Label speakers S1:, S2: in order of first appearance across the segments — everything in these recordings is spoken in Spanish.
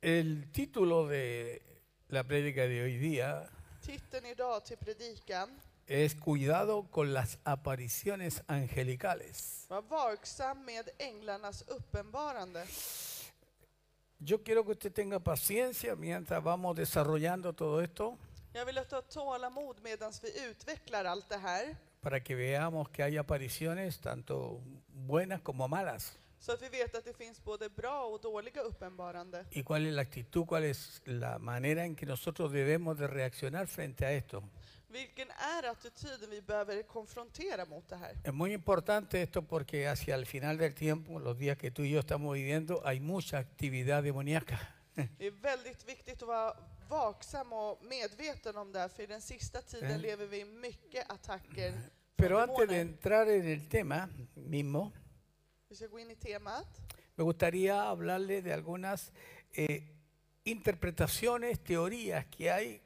S1: El título de la prédica de hoy día
S2: Titeln idag till predikan
S1: es Cuidado con las apariciones angelicales.
S2: Var vaksam med änglarnas uppenbarande.
S1: Yo quiero que usted tenga paciencia mientras vamos desarrollando todo esto
S2: Jag vill att du har tålamod medan vi utvecklar allt det här.
S1: para que veamos que hay apariciones tanto buenas como malas
S2: Så att vi vet att det finns både bra och dåliga uppenbarande.
S1: y cuál es la actitud, cuál es la manera en que nosotros debemos de reaccionar frente a esto.
S2: Vilken är attityden vi behöver konfrontera mot det här?
S1: Es muy importante esto porque hacia el final del tiempo, los días que tú y yo estamos viviendo, hay mucha actividad demoníaca.
S2: Det är väldigt viktigt att vara vaksam och medveten om det här, för i den sista tiden lever vi i mycket attacker från
S1: Pero antes de
S2: demoner.
S1: entrar en el tema mismo,
S2: Vi ska gå in i temat.
S1: me gustaría hablarle de algunas eh, interpretaciones, teorías que hay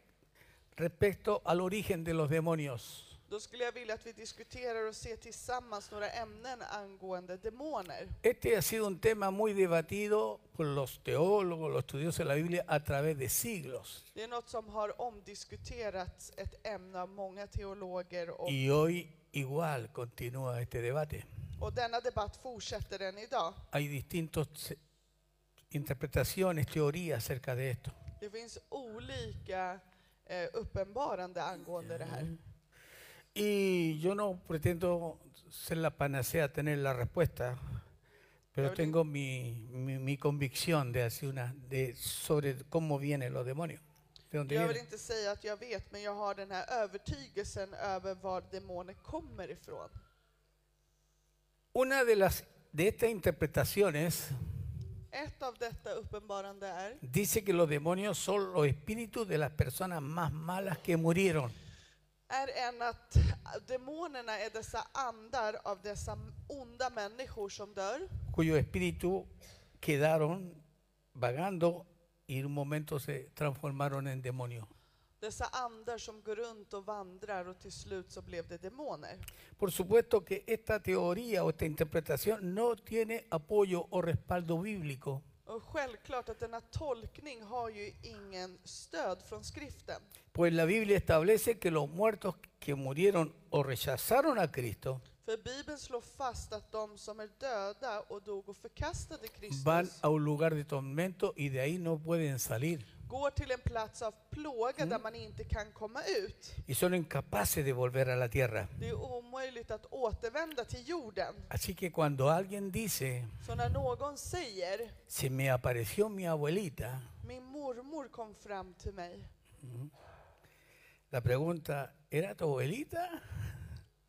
S1: respecto al origen de los demonios.
S2: Då skulle jag vilja att vi diskuterar och ser tillsammans några ämnen angående demoner.
S1: Este ha sido un tema muy debatido por los teólogos, los estudiosos de la Biblia a través de siglos.
S2: Det är något som har omdiskuterats, ett ämne av många teologer och,
S1: Y hoy igual continúa este debate.
S2: och denna debatt fortsätter än idag.
S1: Hay distintas interpretaciones, teorías acerca de esto.
S2: Det finns olika eh, uppenbarande angående det här.
S1: Y yo no pretendo ser la panacea, tener la respuesta, pero
S2: Gabriel.
S1: tengo mi, mi, mi convicción de hacia una, de sobre cómo vienen los demonios. De dónde
S2: Jag vill
S1: vienen.
S2: inte säga att jag vet, men jag har den här övertygelsen över var demoner kommer ifrån.
S1: Una de las de estas interpretaciones
S2: Ett av detta uppenbarande är
S1: dice que los demonios son los espíritus de las personas más malas que murieron.
S2: är en att demonerna är dessa andar av dessa onda människor som dör,
S1: cuyos espíritus quedaron vagando y en un momento se transformaron en demonios.
S2: dessa andar som går runt och vandrar och till slut så blev det demoner.
S1: Por supuesto que esta teoría o esta interpretación no tiene apoyo o respaldo bíblico.
S2: Och självklart att denna tolkning har ju ingen stöd från skriften.
S1: Pues la Biblia establece que los muertos que murieron o rechazaron a Cristo
S2: För Bibeln slår fast att de som är döda och dog och förkastade
S1: van
S2: Kristus
S1: a un lugar de tormento y de ahí no pueden salir
S2: går till en plats av plåga där man inte kan komma ut.
S1: y son incapaces de volver a la tierra.
S2: Det är omöjligt att återvända till jorden.
S1: Así que cuando alguien dice,
S2: Så när någon säger
S1: se me apareció mi abuelita,
S2: Min mormor kom fram till mig.
S1: la pregunta, ¿era tu abuelita?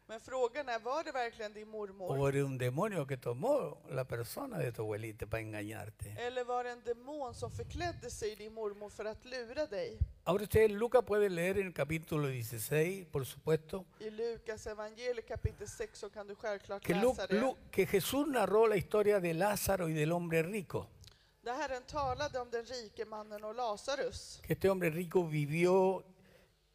S2: Men frågan är, var det verkligen din
S1: ¿O
S2: mormor?
S1: era un demonio que tomó la persona de tu abuelita para engañarte?
S2: Eller var det en demon som förklädde sig i din mormor för att lura dig?
S1: Ahora ustedes, Lucas, pueden leer en el capítulo 16, por supuesto,
S2: I Lukas evangeliet kapitel 6 så kan du självklart
S1: que, Lu-
S2: läsa det.
S1: Lu- que Jesús narró la historia de Lázaro y del hombre rico.
S2: Där Herren talade om den rike mannen och Lazarus.
S1: Que este hombre rico vivió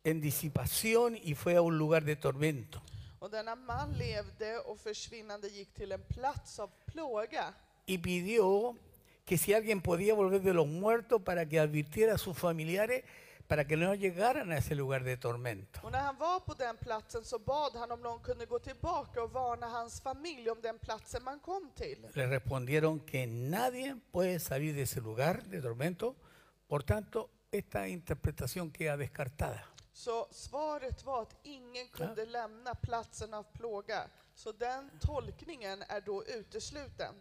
S1: en disipación y fue a un lugar de tormento.
S2: Och denna man levde och försvinnande gick till en plats av plåga.
S1: Y pidió que si alguien podía volver de los muertos para que advirtiera a sus familiares para que no llegaran a ese lugar de tormento.
S2: Och när han var på den platsen så bad han om någon kunde gå tillbaka och varna hans familj om den platsen man kom till.
S1: Le respondieron que nadie puede salir de ese lugar de tormento, por tanto, esta interpretación queda descartada.
S2: Så svaret var att ingen kunde lämna platsen av plåga. Så den tolkningen är då utesluten.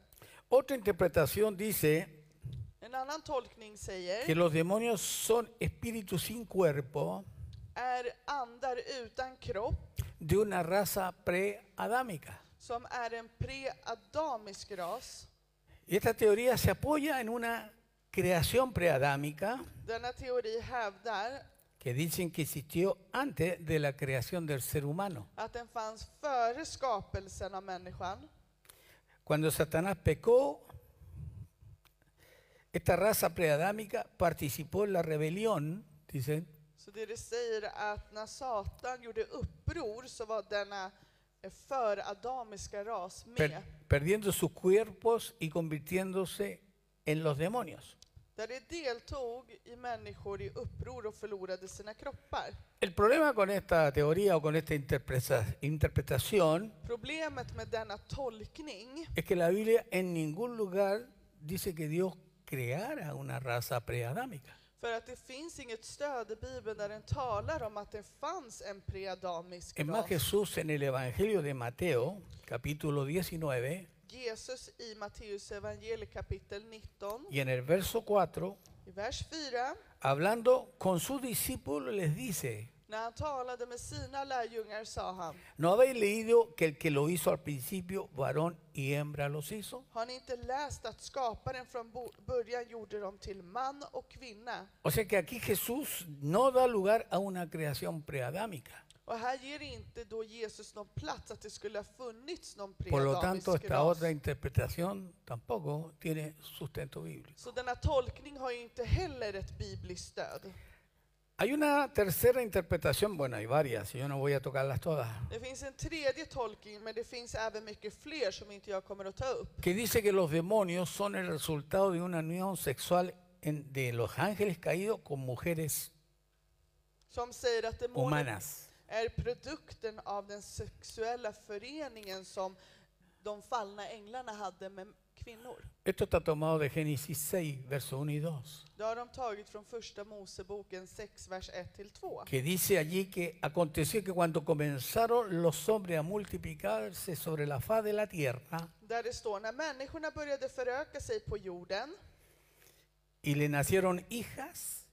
S1: Otra interpretación dice
S2: En annan tolkning
S1: que
S2: säger
S1: los demonios son espíritus sin cuerpo
S2: är andar utan kropp
S1: de una raza pre-adámica.
S2: som är en pre-adamisk ras.
S1: Y esta teoría se apoya en una creación pre-adámica
S2: Denna teori hävdar
S1: que dicen que existió antes de la creación del ser humano.
S2: att den fanns före skapelsen av människan.
S1: Cuando Satanás pecó, esta raza preadámica participó en la rebelión, dicen,
S2: Så det det säger att när Satan gjorde uppror så var denna eh, föradamiska ras med.
S1: per- perdiendo sus cuerpos y convirtiéndose en los demonios.
S2: där det deltog i människor i uppror och förlorade sina kroppar.
S1: El problema con esta teoría o con esta interpreta- interpretación
S2: Problemet med denna tolkning
S1: es que la Biblia en ningún lugar dice que Dios creara una raza preadámica.
S2: För att det finns inget stöd i Bibeln där den talar om att det fanns en preadamisk
S1: Es más,
S2: ras.
S1: Jesús en el Evangelio de Mateo, capítulo 19,
S2: Jesus i Matteus evangeli kapitel 19,
S1: y en el verso 4,
S2: i vers 4,
S1: hablando con sus discípulos, les dice,
S2: när han talade med sina lärjungar sa han,
S1: ¿no habéis leído que el que lo hizo al principio, varón y hembra los hizo?
S2: har ni inte läst att skaparen från bo- början gjorde dem till man och kvinna?
S1: O sea que aquí Jesús no da lugar a una creación preadámica.
S2: Och här ger inte då Jesus någon plats att det skulle ha funnits någon
S1: Por lo tanto,
S2: preadamisk
S1: esta otra
S2: ras.
S1: interpretación tampoco tiene sustento bíblico.
S2: Så denna tolkning har ju inte heller ett bibliskt stöd.
S1: Hay una tercera interpretación, bueno, hay varias, yo no voy a tocarlas todas,
S2: Det finns en tredje tolkning, men det finns även mycket fler som inte jag kommer att ta upp.
S1: que dice que los demonios son el resultado de una unión sexual en- de los ángeles caídos con mujeres
S2: Som säger att demoner
S1: humanas.
S2: är produkten av den sexuella föreningen som de fallna änglarna hade med kvinnor.
S1: Esto está tomado de Génesis 6, verso 1 y 2,
S2: Det har de tagit från första Moseboken 6, vers 1-2.
S1: que dice allí que aconteció que cuando comenzaron los hombres a multiplicarse sobre la faz de la tierra,
S2: Där det står, när människorna började föröka sig på jorden
S1: y le nacieron hijas,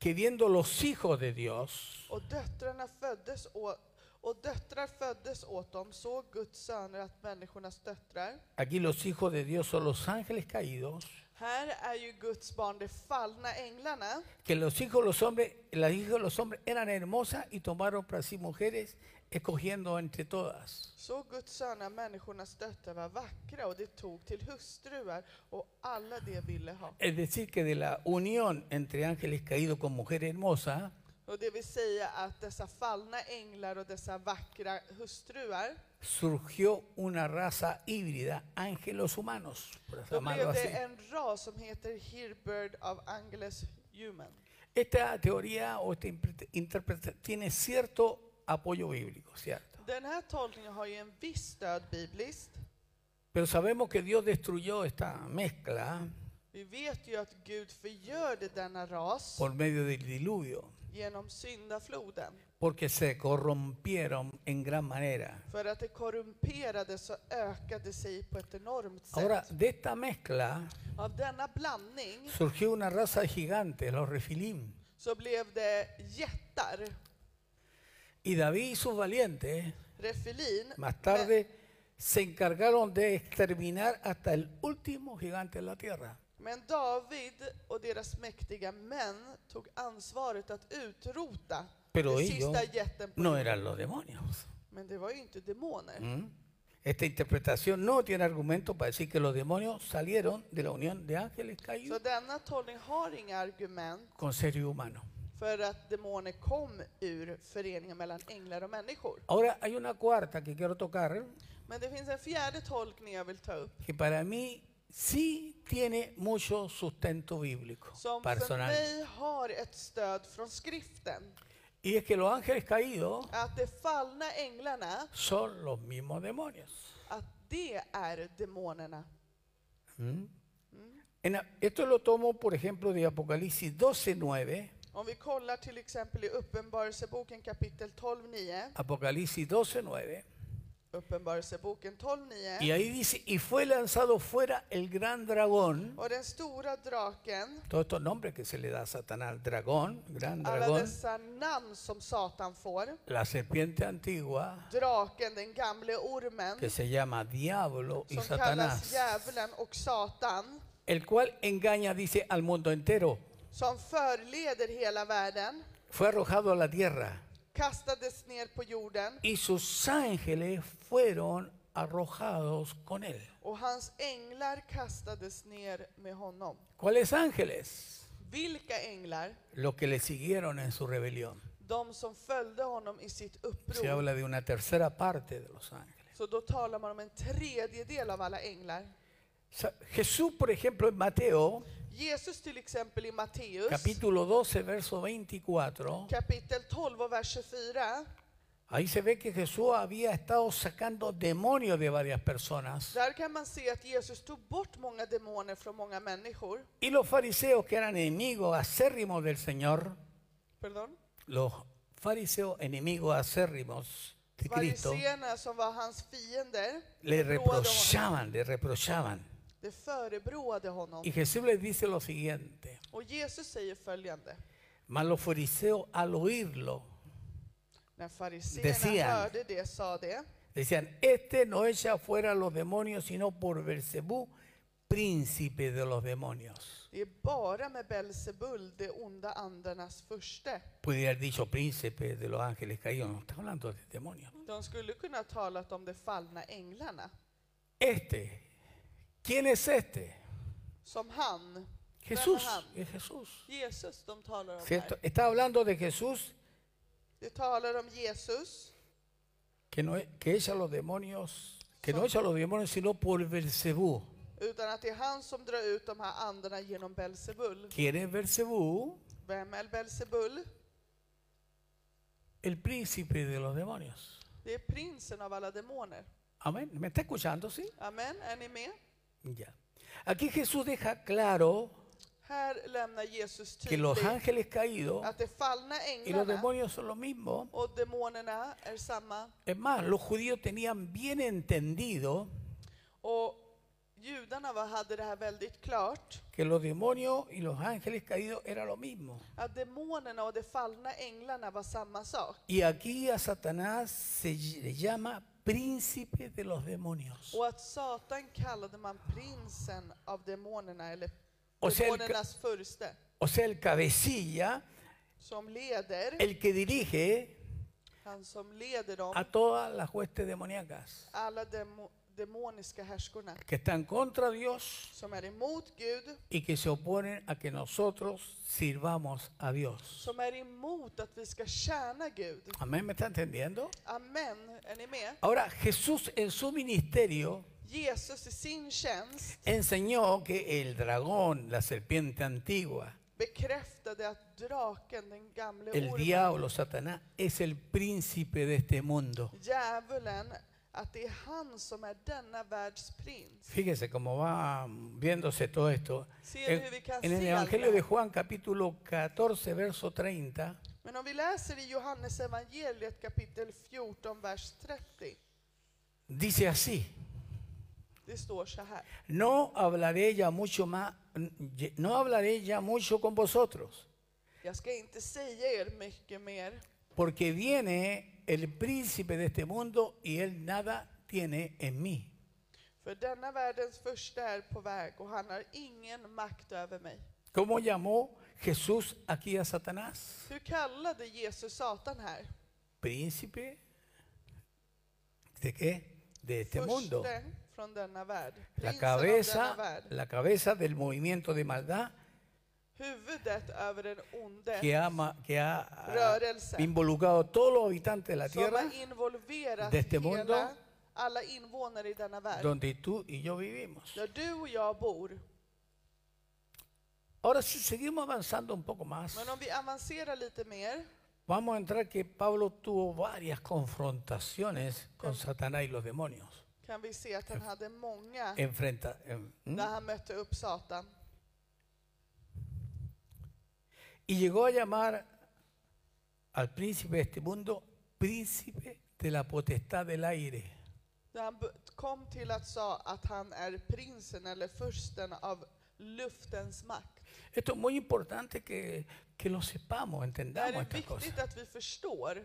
S1: que viendo los hijos de Dios,
S2: och döttrarna föddes å- och döttrar föddes åt dem, såg Guds söner att människornas döttrar
S1: aquí los hijos de Dios son los ángeles caídos,
S2: Här är ju Guds barn de fallna änglarna.
S1: que los hijos de los hombres, las hijas de los hombres eran hermosas y tomaron para sí mujeres, escogiendo entre todas.
S2: Så Guds söner, människornas döttrar var vackra och de tog till hustruar och alla de ville ha.
S1: Es decir, que de la unión entre ángeles caídos con mujer hermosa,
S2: Och det vill säga att dessa fallna änglar och dessa vackra hustruar,
S1: surgió una raza híbrida, ángelos humanos, por
S2: då
S1: llamarlo
S2: blev
S1: así.
S2: det en ras som heter Hearbird of Angeles Human.
S1: Esta teoría o esta impre- interpreta- tiene cierto apoyo bíblico, ¿cierto?
S2: Den här tolkningen har ju en viss stöd bibliskt.
S1: Pero sabemos que Dios destruyó esta mezcla
S2: Vi vet ju att Gud förgörde denna ras
S1: por medio del diluvio,
S2: genom syndafloden.
S1: porque se corrompieron en gran manera.
S2: För att det korrumperades och ökade sig på ett enormt sätt.
S1: Ahora, de esta mezcla
S2: Av denna blandning
S1: surgió una raza de gigantes, los refilim.
S2: så blev det jättar,
S1: Y David y sus valientes,
S2: Refilin,
S1: más tarde, se encargaron de exterminar hasta el último gigante en la tierra.
S2: men David och deras mäktiga män tog ansvaret att utrota
S1: Pero
S2: den
S1: ellos
S2: sista jätten på
S1: no
S2: jorden.
S1: eran los demonios.
S2: Men det var ju inte demoner.
S1: ¿Mm? Esta interpretación no tiene argumento para decir que los demonios salieron de la unión de ángeles
S2: Så
S1: caídos
S2: denna tolkning har inga argument
S1: con seres humanos.
S2: för att demoner kom ur föreningen mellan änglar och människor.
S1: Ahora hay una cuarta que quiero tocar,
S2: Men det finns en fjärde tolkning jag vill ta upp.
S1: que para mí sí tiene mucho sustento bíblico
S2: som för
S1: personal.
S2: mig har ett stöd från skriften.
S1: Y es que los ángeles caídos
S2: Att de fallna änglarna,
S1: son los mismos demonios.
S2: att det är demonerna.
S1: ¿Mm? En a- esto lo tomo, por ejemplo, de Apocalipsis 12.9.
S2: Om vi kollar till exempel i Uppenbarelseboken kapitel 12.9.
S1: Apocalipsis 12.9.
S2: Uppenbarelseboken
S1: Y
S2: 12.9.
S1: ahí dice, y fue lanzado fuera el gran dragón.
S2: Och den stora draken,
S1: Todos estos nombres que se le da a Satanás, dragón, gran
S2: alla
S1: dragón,
S2: dessa namn som Satan får.
S1: la serpiente antigua,
S2: Draken, den gamle ormen,
S1: que se llama diablo y
S2: som kallas
S1: Satanás,
S2: djävulen och Satan,
S1: el cual engaña, dice, al mundo entero,
S2: som förleder hela världen,
S1: fue arrojado a la tierra.
S2: kastades ner på jorden
S1: y sus ángeles fueron arrojados con él.
S2: och hans änglar kastades ner med honom.
S1: ¿Cuáles ángeles?
S2: Vilka änglar?
S1: Los que le siguieron en su rebelión.
S2: De som följde honom i sitt
S1: Se
S2: uppror.
S1: habla de una tercera parte de los ángeles.
S2: Så då talar man om en tredjedel av alla änglar.
S1: Sa- Jesús, por ejemplo, en Mateo,
S2: Jesus till exempel i Matteus
S1: capítulo 12, verso 24,
S2: kapitel 12 och vers 24.
S1: ahí se ve que Jesús había estado sacando demonios de varias personas.
S2: Där kan man se att Jesus tog bort många demoner från många människor.
S1: Y los fariseos, que eran enemigos acérrimos del Señor,
S2: Pardon?
S1: los fariseos enemigos acérrimos de Cristo,
S2: Fariséerna som var hans fiender
S1: le
S2: förebråade honom.
S1: reprochaban, le reprochaban.
S2: Det förebråade honom.
S1: Y Jesús les dice lo siguiente,
S2: Och Jesus säger följande.
S1: mas los fariseos al oírlo
S2: När fariséerna
S1: Decían.
S2: hörde det sa det.
S1: decían, este no echa fuera a los demonios sino por Bersebú, príncipe de los demonios.
S2: Det är bara med Belzebul, de onda andarnas furste.
S1: Pudiera haber dicho príncipe de los ángeles caídos, no está hablando de demonios.
S2: De skulle kunna ha talat om de fallna änglarna.
S1: Este, ¿quién es este?
S2: Som han. Vem är
S1: Jesús,
S2: han?
S1: es Jesús.
S2: Jesus de talar om
S1: ¿Cierto?
S2: här.
S1: Está hablando de Jesús
S2: De talar om Jesus
S1: que no e- que echa los demonios, que no echa los demonios sino por Bersebú.
S2: utan att det är han som drar ut de här andarna genom Belzebul.
S1: ¿Quién es Bersebú?
S2: Vem är Belzebul?
S1: El príncipe de los demonios.
S2: Det är prinsen av alla demoner.
S1: Amén. ¿Me está escuchando, sí?
S2: Amen, är ni med?
S1: Ya. Aquí Jesús deja claro
S2: Här lämnar Jesus
S1: que los
S2: tydligt
S1: ángeles caídos
S2: att de fallna
S1: y los
S2: änglarna
S1: demonios son lo mismo.
S2: och demonerna är samma.
S1: Es más, los judíos tenían bien entendido
S2: Och judarna var, hade det här väldigt klart.
S1: que los demonios y los ángeles caídos era lo mismo.
S2: Att demonerna och de fallna änglarna var samma sak.
S1: Y aquí a Satanás se ll- le llama príncipe de los demonios.
S2: Och att Satan kallade man prinsen av demonerna, eller
S1: Och sen-
S2: demonernas furste,
S1: O sea, el cabecilla,
S2: som leder,
S1: el que dirige
S2: han som leder dem,
S1: a todas las huestes demoníacas
S2: alla demo, demoniska härskorna,
S1: que están contra Dios
S2: som är emot Gud,
S1: y que se oponen a que nosotros sirvamos a Dios.
S2: som är emot att vi ska tjäna Gud.
S1: Amén, ¿me está entendiendo?
S2: Amen, är ni med?
S1: Ahora, Jesús en su ministerio
S2: Jesus i sin tjänst
S1: enseñó que el dragón, la serpiente antigua,
S2: bekräftade att draken, den gamle
S1: el
S2: ormen,
S1: diablo, Satanás, es el príncipe de este mundo.
S2: djävulen, att det är han som är denna världs prins.
S1: Fíjese cómo va viéndose todo esto.
S2: Ser
S1: En,
S2: hur vi kan
S1: en el
S2: se allt det
S1: Evangelio
S2: här.
S1: de Juan capítulo 14, verso 30,
S2: Men om vi läser i Johannes evangeliet kapitel 14, vers 30.
S1: dice así,
S2: Det står så här.
S1: no hablaré ya mucho más, no hablaré ya mucho con vosotros,
S2: Jag ska inte säga er mycket mer,
S1: porque viene el príncipe de este mundo y él nada tiene en mí.
S2: för denna världens första är på väg och han har ingen makt över mig.
S1: ¿Cómo llamó Jesús aquí a Satanás?
S2: Hur kallade Jesus Satan här?
S1: Príncipe de qué? De este mundo.
S2: Förste från denna värld.
S1: La
S2: Prinsen av denna
S1: cabeza,
S2: värld.
S1: la cabeza del movimiento de maldad
S2: Huvudet över den onde
S1: que, ama, que ha ah,
S2: Rörelse.
S1: involucrado a todos los habitantes de la
S2: som
S1: tierra,
S2: har involverat
S1: de este mundo,
S2: hela, alla invånare i denna värld.
S1: donde tú y yo vivimos.
S2: Där du och jag bor.
S1: Ahora si seguimos avanzando un poco más,
S2: Men om vi avancerar lite mer
S1: vamos a entrar que Pablo tuvo varias confrontaciones con Satanás y los demonios.
S2: kan vi se att han hade många
S1: Enfrenta, en- ¿Mm?
S2: när han mötte upp Satan.
S1: y llegó a llamar al príncipe de este mundo príncipe de la potestad del aire.
S2: När han b- kom till att sa att han är prinsen eller fursten av luftens makt.
S1: Esto es muy importante que, que lo sepamos,
S2: Det
S1: entendamos
S2: här är
S1: estas cosas.
S2: viktigt att vi förstår.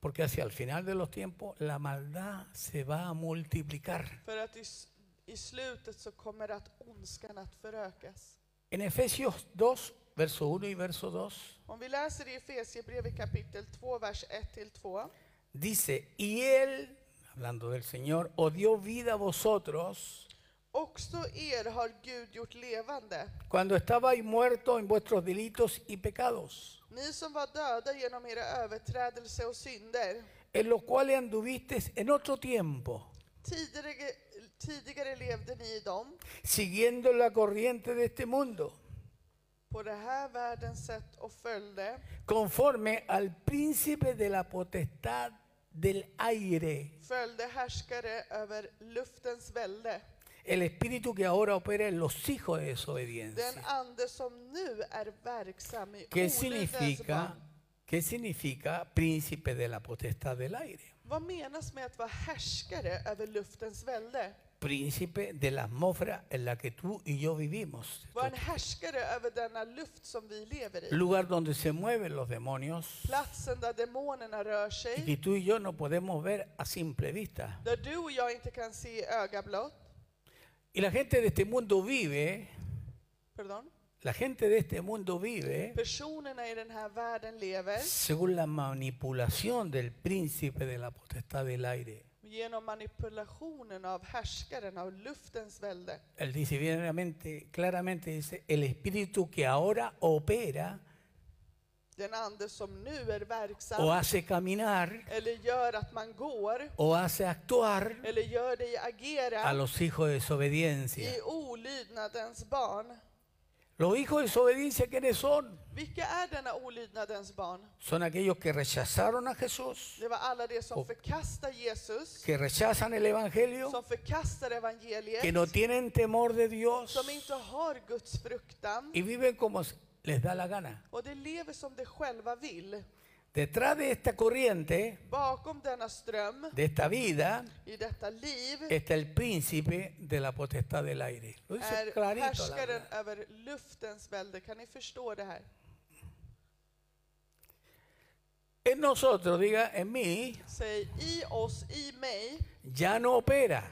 S1: Porque hacia el final de los tiempos la maldad se va a multiplicar.
S2: För att i, s- i slutet så kommer att ondskan att förökas.
S1: En Efesios 2, verso 1 y verso 2,
S2: Om vi läser i Efesierbrevet kapitel 2, vers 1-2.
S1: dice, y él, hablando del Señor, os dio vida a vosotros
S2: Också er har Gud gjort levande,
S1: cuando estabais muertos en vuestros delitos y pecados,
S2: ni som var döda genom era överträdelse och synder.
S1: en los cuales anduvisteis en otro tiempo,
S2: Tidigare, Tidigare levde ni i dem,
S1: siguiendo la corriente de este mundo,
S2: på det här världens sätt och följde
S1: conforme al príncipe de la potestad del aire,
S2: följde härskare över luftens välde.
S1: el espíritu que ahora opera en los hijos de
S2: Den
S1: desobediencia.
S2: ande som nu är verksam i
S1: ¿Qué
S2: olydnadens
S1: significa?
S2: man.
S1: ¿Qué significa príncipe de la potestad del aire?
S2: Vad menas med att vara härskare över luftens välde?
S1: Príncipe de la atmósfera en la que tú y yo vivimos.
S2: Var en härskare över denna luft som vi lever i.
S1: Lugar donde se mueven los demonios
S2: Platsen där demonerna rör
S1: y
S2: sig,
S1: que tú y yo no podemos ver a simple vista.
S2: där du och jag inte kan se öga blott.
S1: Y la gente de este mundo vive,
S2: Pardon.
S1: la gente de este mundo vive
S2: Personerna i den här världen lever
S1: según la manipulación del príncipe de la potestad del aire.
S2: genom manipulationen av härskaren av luftens välde.
S1: Él dice bien claramente, claramente dice, el espíritu que ahora opera
S2: Den ande som nu är
S1: o
S2: verksam,
S1: hace caminar
S2: eller gör att man går,
S1: o hace actuar
S2: eller gör dig
S1: a
S2: agera
S1: los hijos de desobediencia.
S2: i olydnadens barn.
S1: Los hijos de desobediencia, ¿quiénes son?
S2: Vilka är denna olydnadens barn?
S1: Son aquellos que rechazaron a Jesús,
S2: Det var alla de
S1: Och-
S2: som förkastar Jesus,
S1: que rechazan el Evangelio,
S2: som förkastar
S1: que
S2: evangeliet,
S1: no tienen temor de Dios
S2: som inte har Guds fruktan
S1: y viven como s- les da la gana.
S2: och de lever som de själva vill.
S1: Detrás de esta corriente,
S2: Bakom denna ström,
S1: de esta vida,
S2: i detta liv,
S1: está el príncipe de la potestad del aire. Lo dice
S2: är
S1: clarito. la
S2: härskaren
S1: verdad.
S2: över luftens välde. Kan ni förstå det här?
S1: En nosotros, diga, en mí,
S2: Säg i oss, i mig,
S1: ya no opera,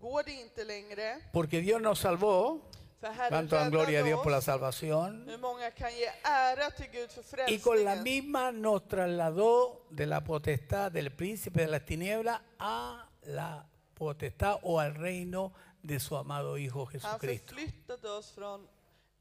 S2: går det inte längre.
S1: porque Dios nos salvó.
S2: För Herren
S1: Tanto dan gloria a Dios por
S2: räddade
S1: la
S2: oss.
S1: salvación.
S2: Hur många kan ge ära till Gud för
S1: Y con la
S2: frälsningen?
S1: misma nos trasladó de la potestad del príncipe de las tinieblas a la potestad o al reino de su amado Hijo
S2: Han
S1: Jesucristo.
S2: förflyttade oss från,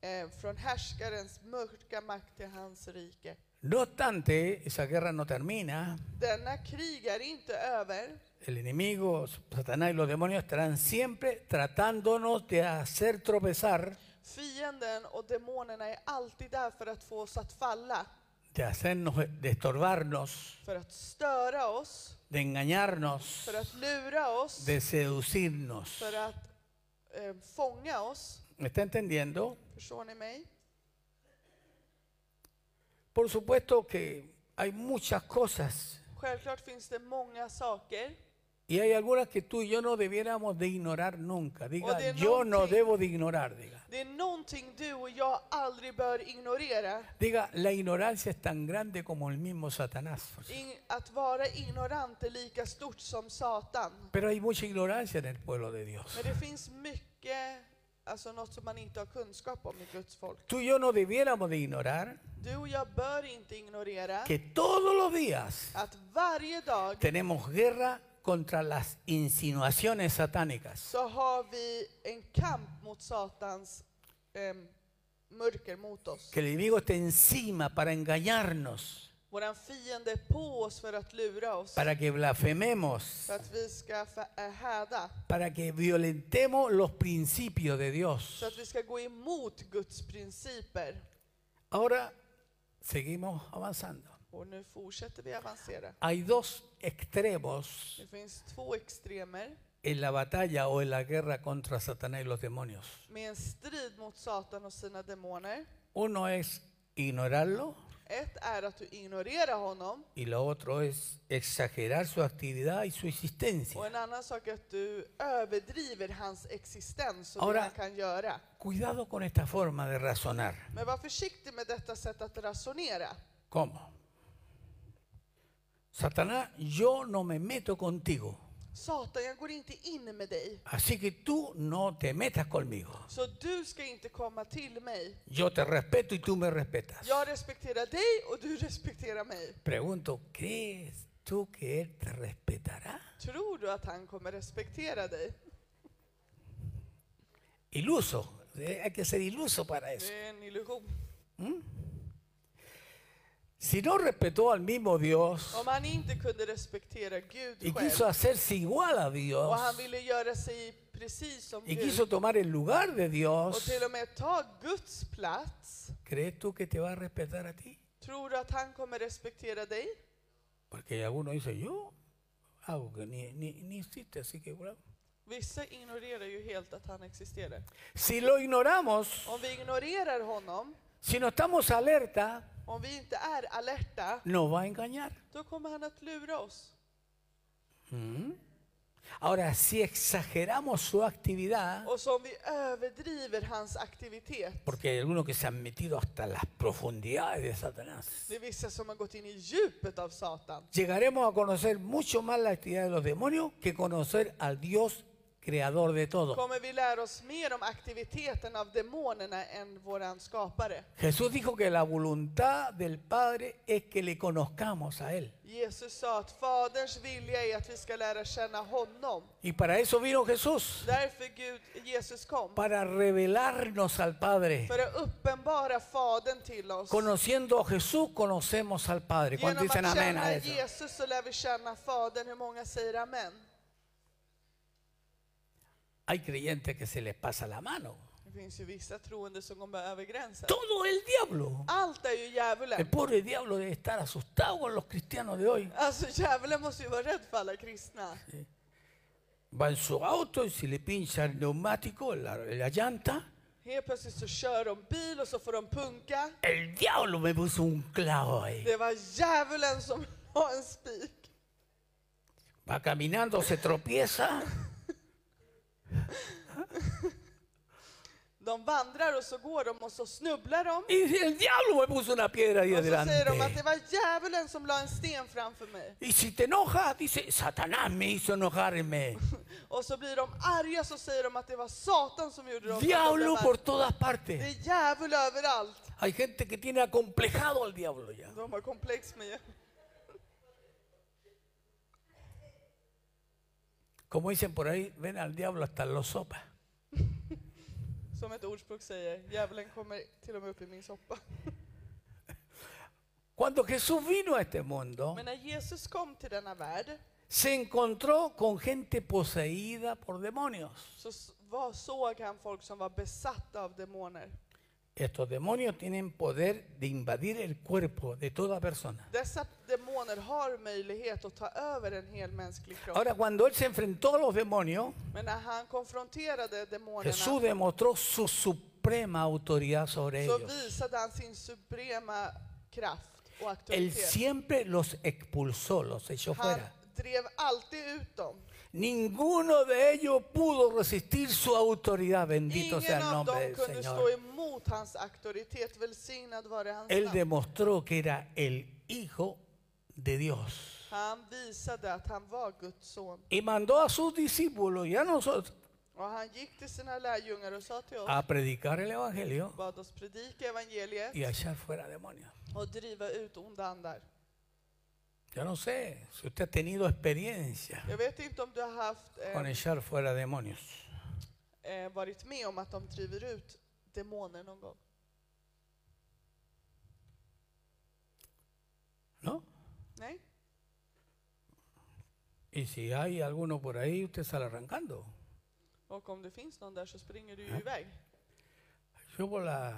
S2: eh, från härskarens mörka makt till hans rike.
S1: No obstante, esa guerra no termina.
S2: Denna krig är inte över.
S1: El enemigo, Satanás y los demonios estarán siempre tratándonos de hacer tropezar,
S2: Fienden och demonerna är alltid där för att få oss att falla,
S1: de hacernos, de estorbarnos,
S2: för att störa oss,
S1: de engañarnos,
S2: för att lura oss,
S1: de seducirnos.
S2: för att eh, fånga oss.
S1: ¿Me está entendiendo?
S2: Förstår ni mig?
S1: Por supuesto que hay muchas cosas
S2: Självklart finns det många saker
S1: y hay algunas que tú y yo no debiéramos de ignorar nunca. Diga,
S2: O de
S1: yo no
S2: noche.
S1: debo de ignorar, diga.
S2: Det är någonting du och jag aldrig bör ignorera.
S1: Diga, la ignorancia es tan grande como el mismo Satanás.
S2: In, att vara ignorant är lika stort som Satan.
S1: Pero hay mucha ignorancia en el pueblo de Dios.
S2: Men det finns mycket, alltså något som man inte har kunskap om i Guds folk.
S1: Tú y yo no debiéramos de ignorar
S2: Du och jag bör inte ignorera
S1: que todos los días
S2: att varje dag
S1: tenemos guerra contra las insinuaciones satánicas.
S2: så har vi en kamp mot Satans em, mörker mot oss.
S1: Que el enemigo esté encima para engañarnos,
S2: Våran fiende är på oss för att lura oss,
S1: para que blasfememos,
S2: för att vi ska fa- eh, häda,
S1: para que violentemos los principios de
S2: så
S1: Dios.
S2: att vi ska gå emot Guds principer.
S1: Ahora seguimos avanzando.
S2: Och nu fortsätter vi avancera.
S1: Hay dos extremos
S2: Det finns två extremer
S1: en la batalla o en la guerra contra Satanás y los demonios.
S2: med en strid mot Satan och sina demoner.
S1: Uno es ignorarlo
S2: Ett är att du ignorerar honom
S1: y lo otro es exagerar su actividad y su existencia.
S2: och en annan sak är att du överdriver hans existens och
S1: Ahora-
S2: det han kan göra.
S1: Cuidado con esta forma de razonar.
S2: Men var försiktig med detta sätt att resonera.
S1: ¿Cómo? Satanás, yo no me meto contigo,
S2: Satan, jag går inte in med dig.
S1: así que tú no te metas conmigo.
S2: Så du ska inte komma till mig.
S1: Yo te respeto y tú me respetas.
S2: Jag respekterar dig och du respekterar mig.
S1: Pregunto, ¿crees tú que él te respetará?
S2: Tror du att han kommer respektera dig?
S1: Iluso, eh, hay que ser iluso para eso.
S2: Det är en illusion.
S1: Si no respetó al mismo Dios
S2: Om han inte kunde respektera
S1: y
S2: Gud
S1: quiso
S2: själv
S1: hacerse igual a
S2: och han
S1: Dios
S2: ville göra sig precis som
S1: y
S2: Gud
S1: quiso tomar el lugar de
S2: och
S1: Dios,
S2: till och med ta Guds plats,
S1: ¿crees tú que te va a respetar a ti?
S2: tror du att han kommer respektera dig?
S1: Porque algunos dicen, yo hago que ni, ni, ni existe, así que bravo.
S2: Vissa ignorerar ju helt att han existerar.
S1: Si lo ignoramos,
S2: Om vi ignorerar honom,
S1: si no estamos alerta,
S2: om vi inte är alerta,
S1: nos va a engañar.
S2: då kommer han att lura oss.
S1: Ahora, si exageramos su actividad,
S2: Och som vi överdriver hans aktivitet.
S1: porque hay algunos que se han metido hasta las profundidades de Satanás,
S2: Det är vissa som har gått in i djupet av Satan.
S1: llegaremos a conocer mucho más la actividad de los demonios que conocer al Dios creador de todo.
S2: Kommer vi lära oss mer om aktiviteten av demonerna än våran skapare?
S1: Jesús dijo que la voluntad del Padre es que le conozcamos a Él.
S2: Jesus sa att Faderns vilja är att vi ska lära känna honom.
S1: Y para eso vino Jesús,
S2: Därför Gud, Jesus kom.
S1: para revelarnos al Padre.
S2: För att uppenbara Fadern till oss.
S1: Conociendo a Jesús, conocemos al Padre. ¿Cuántos
S2: Genom
S1: dicen
S2: att
S1: amén a
S2: känna
S1: eso?
S2: Jesus så lär vi känna Fadern. Hur många säger amen?
S1: Hay creyentes que se les pasa la mano.
S2: Det finns ju vissa troende som kommer över gränsen.
S1: Todo el diablo.
S2: Allt är ju
S1: El
S2: djävulen.
S1: pobre diablo debe estar asustado con los cristianos de hoy.
S2: Alltså djävulen måste ju vara rädd för alla kristna.
S1: Va en su auto y se le pincha el neumático, la, la llanta.
S2: Helt plötsligt så kör de bil och så får de punka.
S1: El diablo me puso un clavo ahí.
S2: Det var djävulen som la en spik.
S1: Va caminando, se tropieza.
S2: De vandrar och så går de och så snubblar de.
S1: Y dice, el diablo me puso una piedra ahí
S2: Och så säger de att det
S1: adelante.
S2: var djävulen som la en sten framför mig.
S1: Y si te enojas, dice, Satanás me hizo enojarme.
S2: Och så blir de arga så säger de att det var Satan som gjorde dem.
S1: Diablo
S2: De
S1: por
S2: bara,
S1: todas
S2: Det är
S1: partes.
S2: djävul överallt.
S1: Hay gente que tiene acomplejado al diablo ya.
S2: De har komplex med djävul.
S1: Como dicen por ahí, ven al diablo hasta los sopas.
S2: Som ett ordspråk säger, djävulen kommer till och med upp i min soppa.
S1: Cuando Jesús vino a este mundo,
S2: Men när Jesus kom till denna värld
S1: se encontró con gente poseída por demonios.
S2: så s- var, såg han folk som var besatta av demoner.
S1: Estos demonios tienen poder de invadir el cuerpo de toda persona.
S2: Dessa demoner har möjlighet att ta över en hel mänsklig kropp.
S1: Ahora, cuando él se enfrentó a los demonios,
S2: Men när han konfronterade demonerna
S1: Jesús demostró su suprema autoridad sobre
S2: så
S1: ellos.
S2: visade han sin suprema kraft och
S1: Él
S2: auktoritet.
S1: siempre los expulsó, los echó
S2: Han
S1: fuera.
S2: drev alltid ut dem.
S1: Ninguno de ellos pudo resistir su autoridad. Bendito sea
S2: Ingen
S1: el
S2: av
S1: nombre
S2: dem
S1: del
S2: kunde stå
S1: Señor.
S2: emot hans auktoritet. Välsignad vare hans
S1: Él
S2: namn.
S1: demostró que era el Hijo de Dios.
S2: Han visade att han var Guds son.
S1: y mandó a sus discípulos y a nosotros
S2: Och han gick till sina lärjungar och sa till oss,
S1: a predicar el evangelio
S2: bad oss predika evangeliet
S1: y echar fuera demonios.
S2: och driva ut onda andar.
S1: Yo no sé si usted ha tenido experiencia
S2: Jag vet inte om du har haft, eh,
S1: con echar fuera demonios.
S2: eh, varit med om att de driver ut demoner någon gång.
S1: ¿No?
S2: Nej?
S1: Y si hay alguno por ahí, usted sale arrancando.
S2: Och om det finns någon där så springer du ju iväg.
S1: Yo por la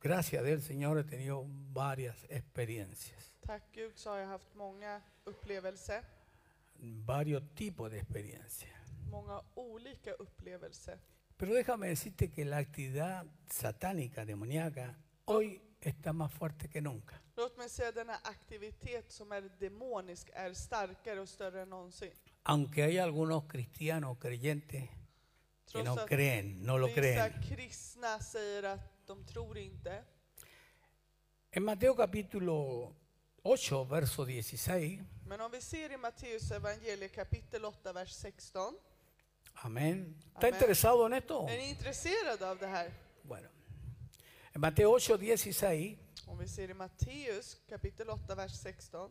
S1: gracia del Señor he tenido varias experiencias,
S2: Tack Gud så har jag haft många upplevelser,
S1: varios tipos de experiencias.
S2: många olika upplevelser.
S1: Pero déjame decirte que la actividad satánica, demoníaca, hoy está más fuerte que nunca.
S2: Låt mig säga denna aktivitet som är demonisk är starkare och större än någonsin.
S1: Aunque hay algunos cristianos creyentes que
S2: Trots
S1: no
S2: att
S1: creen, no lo
S2: vissa
S1: creen.
S2: kristna säger att de tror inte.
S1: En Mateo capítulo 8, verso 16,
S2: Men om vi ser i Matteus evangeliet kapitel 8, vers 16.
S1: amén. ¿Está
S2: Amén.
S1: interesado en esto?
S2: Är ni intresserade av det här?
S1: Bueno, en Mateo 8, 16
S2: Om vi ser i Matteus kapitel 8, vers 16.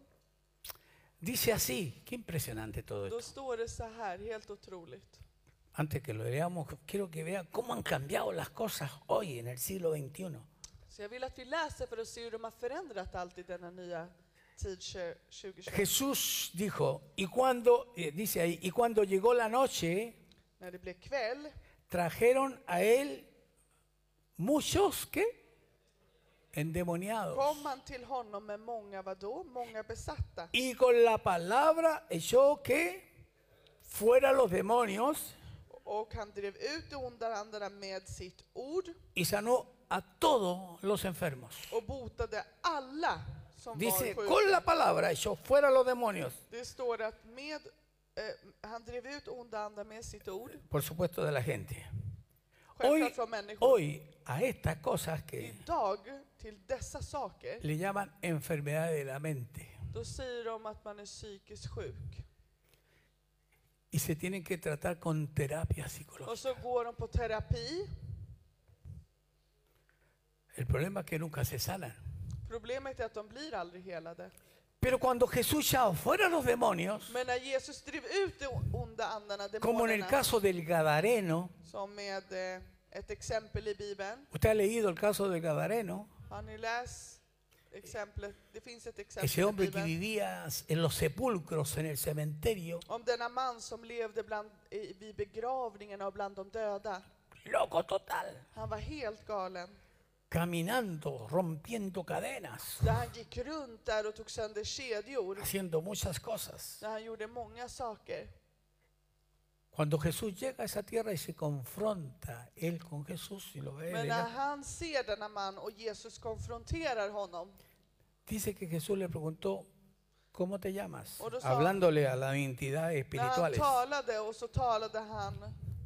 S1: dice así, qué impresionante todo
S2: Då
S1: esto.
S2: står det så här, helt otroligt.
S1: Antes que lo leamos, quiero que vean cómo han cambiado las cosas hoy en el siglo XXI.
S2: Så jag vill att vi läser för att se hur de har förändrat allt i denna nya tid tje- 2021.
S1: Jesús dijo, y cuando, eh, dice ahí, y cuando llegó la noche,
S2: När det blev kväll
S1: trajeron a él muchos, ¿qué? Endemoniados.
S2: kom man till honom med många, vadå? Många besatta.
S1: Y con la palabra echó que fuera los demonios
S2: Och han drev ut de onda andarna med sitt ord
S1: y sanó a todos los enfermos.
S2: och botade alla som
S1: Dice,
S2: var
S1: con
S2: sjuka.
S1: la palabra echó fuera los demonios.
S2: Det står att med, eh, han drev ut onda andar med sitt ord,
S1: Por supuesto, de la gente. Hoy,
S2: självklart från människor.
S1: hoy a estas cosas que
S2: Idag, till dessa saker,
S1: le llaman enfermedad de la mente
S2: då säger de att man är psykiskt sjuk.
S1: y se tienen que tratar con terapia psicológica.
S2: Och så går de på terapi.
S1: El problema es que nunca se sanan.
S2: Problemet är att de blir aldrig helade.
S1: Pero cuando Jesús echó fuera los demonios,
S2: Men när Jesus drev ut de onda andarna,
S1: como en el
S2: demonerna,
S1: caso del Gadareno,
S2: som med eh, ett exempel i Bibeln.
S1: usted ha leído el caso del Gadareno,
S2: Har ni läst exemplet? Det finns ett exempel
S1: ese
S2: i
S1: hombre que
S2: Bibeln.
S1: vivía en los sepulcros, en el cementerio,
S2: Om denna man som levde bland, i, vid begravningarna och bland de döda.
S1: loco total,
S2: Han var helt galen.
S1: caminando, rompiendo cadenas,
S2: Där han gick runt där och tog sönder kedjor.
S1: haciendo muchas cosas.
S2: Där han gjorde många saker.
S1: Cuando Jesús llega a esa tierra y se confronta él con Jesús y lo ve,
S2: Men
S1: le
S2: när
S1: da-
S2: han ser denna man och Jesus konfronterar honom.
S1: dice que Jesús le preguntó, ¿cómo te llamas?
S2: Oro Santo.
S1: Hablándole a las entidades
S2: När han
S1: espirituales.
S2: talade och så talade han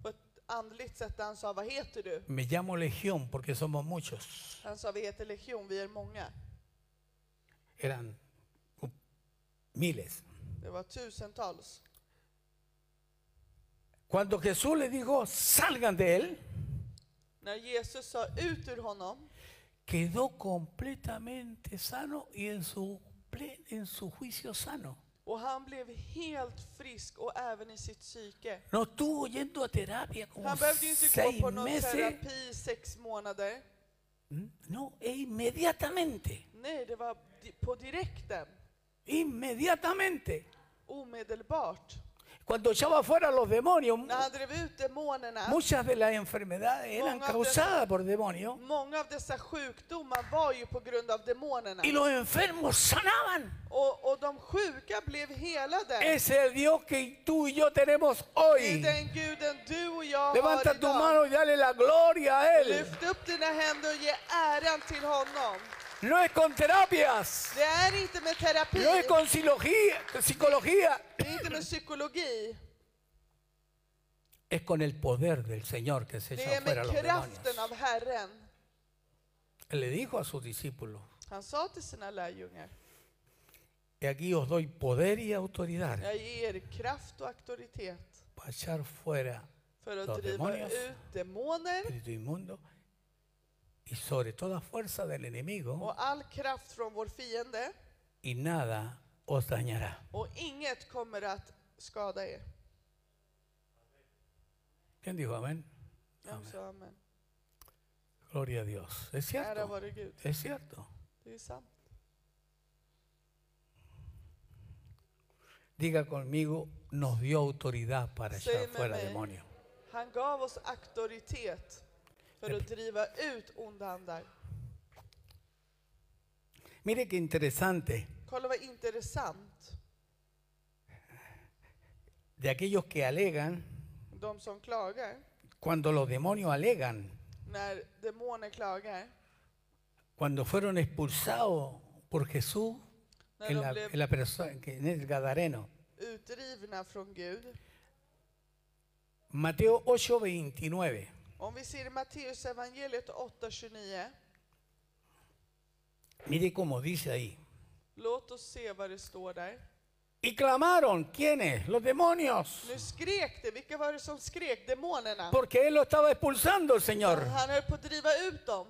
S2: på ett andligt sätt där han sa Vad heter du?
S1: Me llamo Legión porque somos muchos.
S2: Han sa Vi heter legion, vi är många.
S1: Eran uh, miles.
S2: Det var tusentals.
S1: Cuando Jesús le dijo, salgan de él,
S2: När Jesus sa ut ur honom
S1: quedó completamente sano y en su, ple- en su juicio sano.
S2: och han blev helt frisk och även i sitt psyke.
S1: No estuvo yendo a terapia como
S2: Han behövde ju inte gå
S1: seis
S2: på någon
S1: meses.
S2: terapi i sex månader.
S1: Mm, No, e inmediatamente,
S2: Nej, det var di- på direkten,
S1: inmediatamente.
S2: omedelbart.
S1: Cuando echaba fuera a los demonios,
S2: När han drev ut demonerna,
S1: muchas de las enfermedades eran
S2: Ponga atención.
S1: causadas por demonios
S2: många av dessa sjukdomar var ju på grund av demonerna.
S1: y los enfermos sanaban.
S2: Och, och de sjuka blev helade.
S1: Es el Dios que tú y yo tenemos
S2: Det är
S1: hoy.
S2: den guden du och jag har
S1: Levanta tu
S2: idag.
S1: mano y dale la gloria a Él.
S2: Lyft upp dina händer och ge äran till honom.
S1: No es con terapias,
S2: Det är inte med terapi.
S1: no es con silogía- psicología,
S2: Det är inte med psykologi,
S1: es con el poder del Señor que se
S2: det är
S1: echa fuera a
S2: med
S1: los
S2: kraften
S1: demonios.
S2: av Herren.
S1: Él le dijo a sus discípulos,
S2: Han sa till sina lärjungar,
S1: y aquí os doy poder y autoridad
S2: jag ger er kraft och auktoritet
S1: para echar fuera
S2: för att
S1: Los
S2: driva
S1: demonios.
S2: ut demoner
S1: espíritu inmundo y sobre toda fuerza del enemigo
S2: och all kraft från vår fiende
S1: y nada os dañará.
S2: och inget kommer att skada er.
S1: ¿Quién dijo amén?
S2: Jag sa amen.
S1: Gloria a Dios. Es
S2: Ära
S1: cierto,
S2: vare Gud.
S1: es cierto.
S2: Det är sant.
S1: Diga conmigo, nos dio autoridad para
S2: Sí,
S1: echar
S2: me
S1: fuera
S2: ve.
S1: demonios.
S2: Han gav oss auktoritet för att driva ut onda andar.
S1: Mire qué interesante,
S2: Kolla vad intressant.
S1: de aquellos que alegan,
S2: De som klagar,
S1: cuando los demonios alegan,
S2: när demoner klagar,
S1: cuando fueron expulsados por Jesús
S2: när
S1: en
S2: de
S1: la,
S2: blev
S1: en la persona, que- en el Gadareno.
S2: utdrivna från Gud.
S1: Mateo 8, 29.
S2: Om vi ser i Matteus evangeliet 8.29,
S1: Mire cómo dice ahí.
S2: låt oss se vad det står där.
S1: Y clamaron, ¿quiénes? Los demonios.
S2: Nu skrek det, vilka var det som skrek? Demonerna.
S1: Porque él lo estaba expulsando el Señor.
S2: Han höll på att driva ut dem.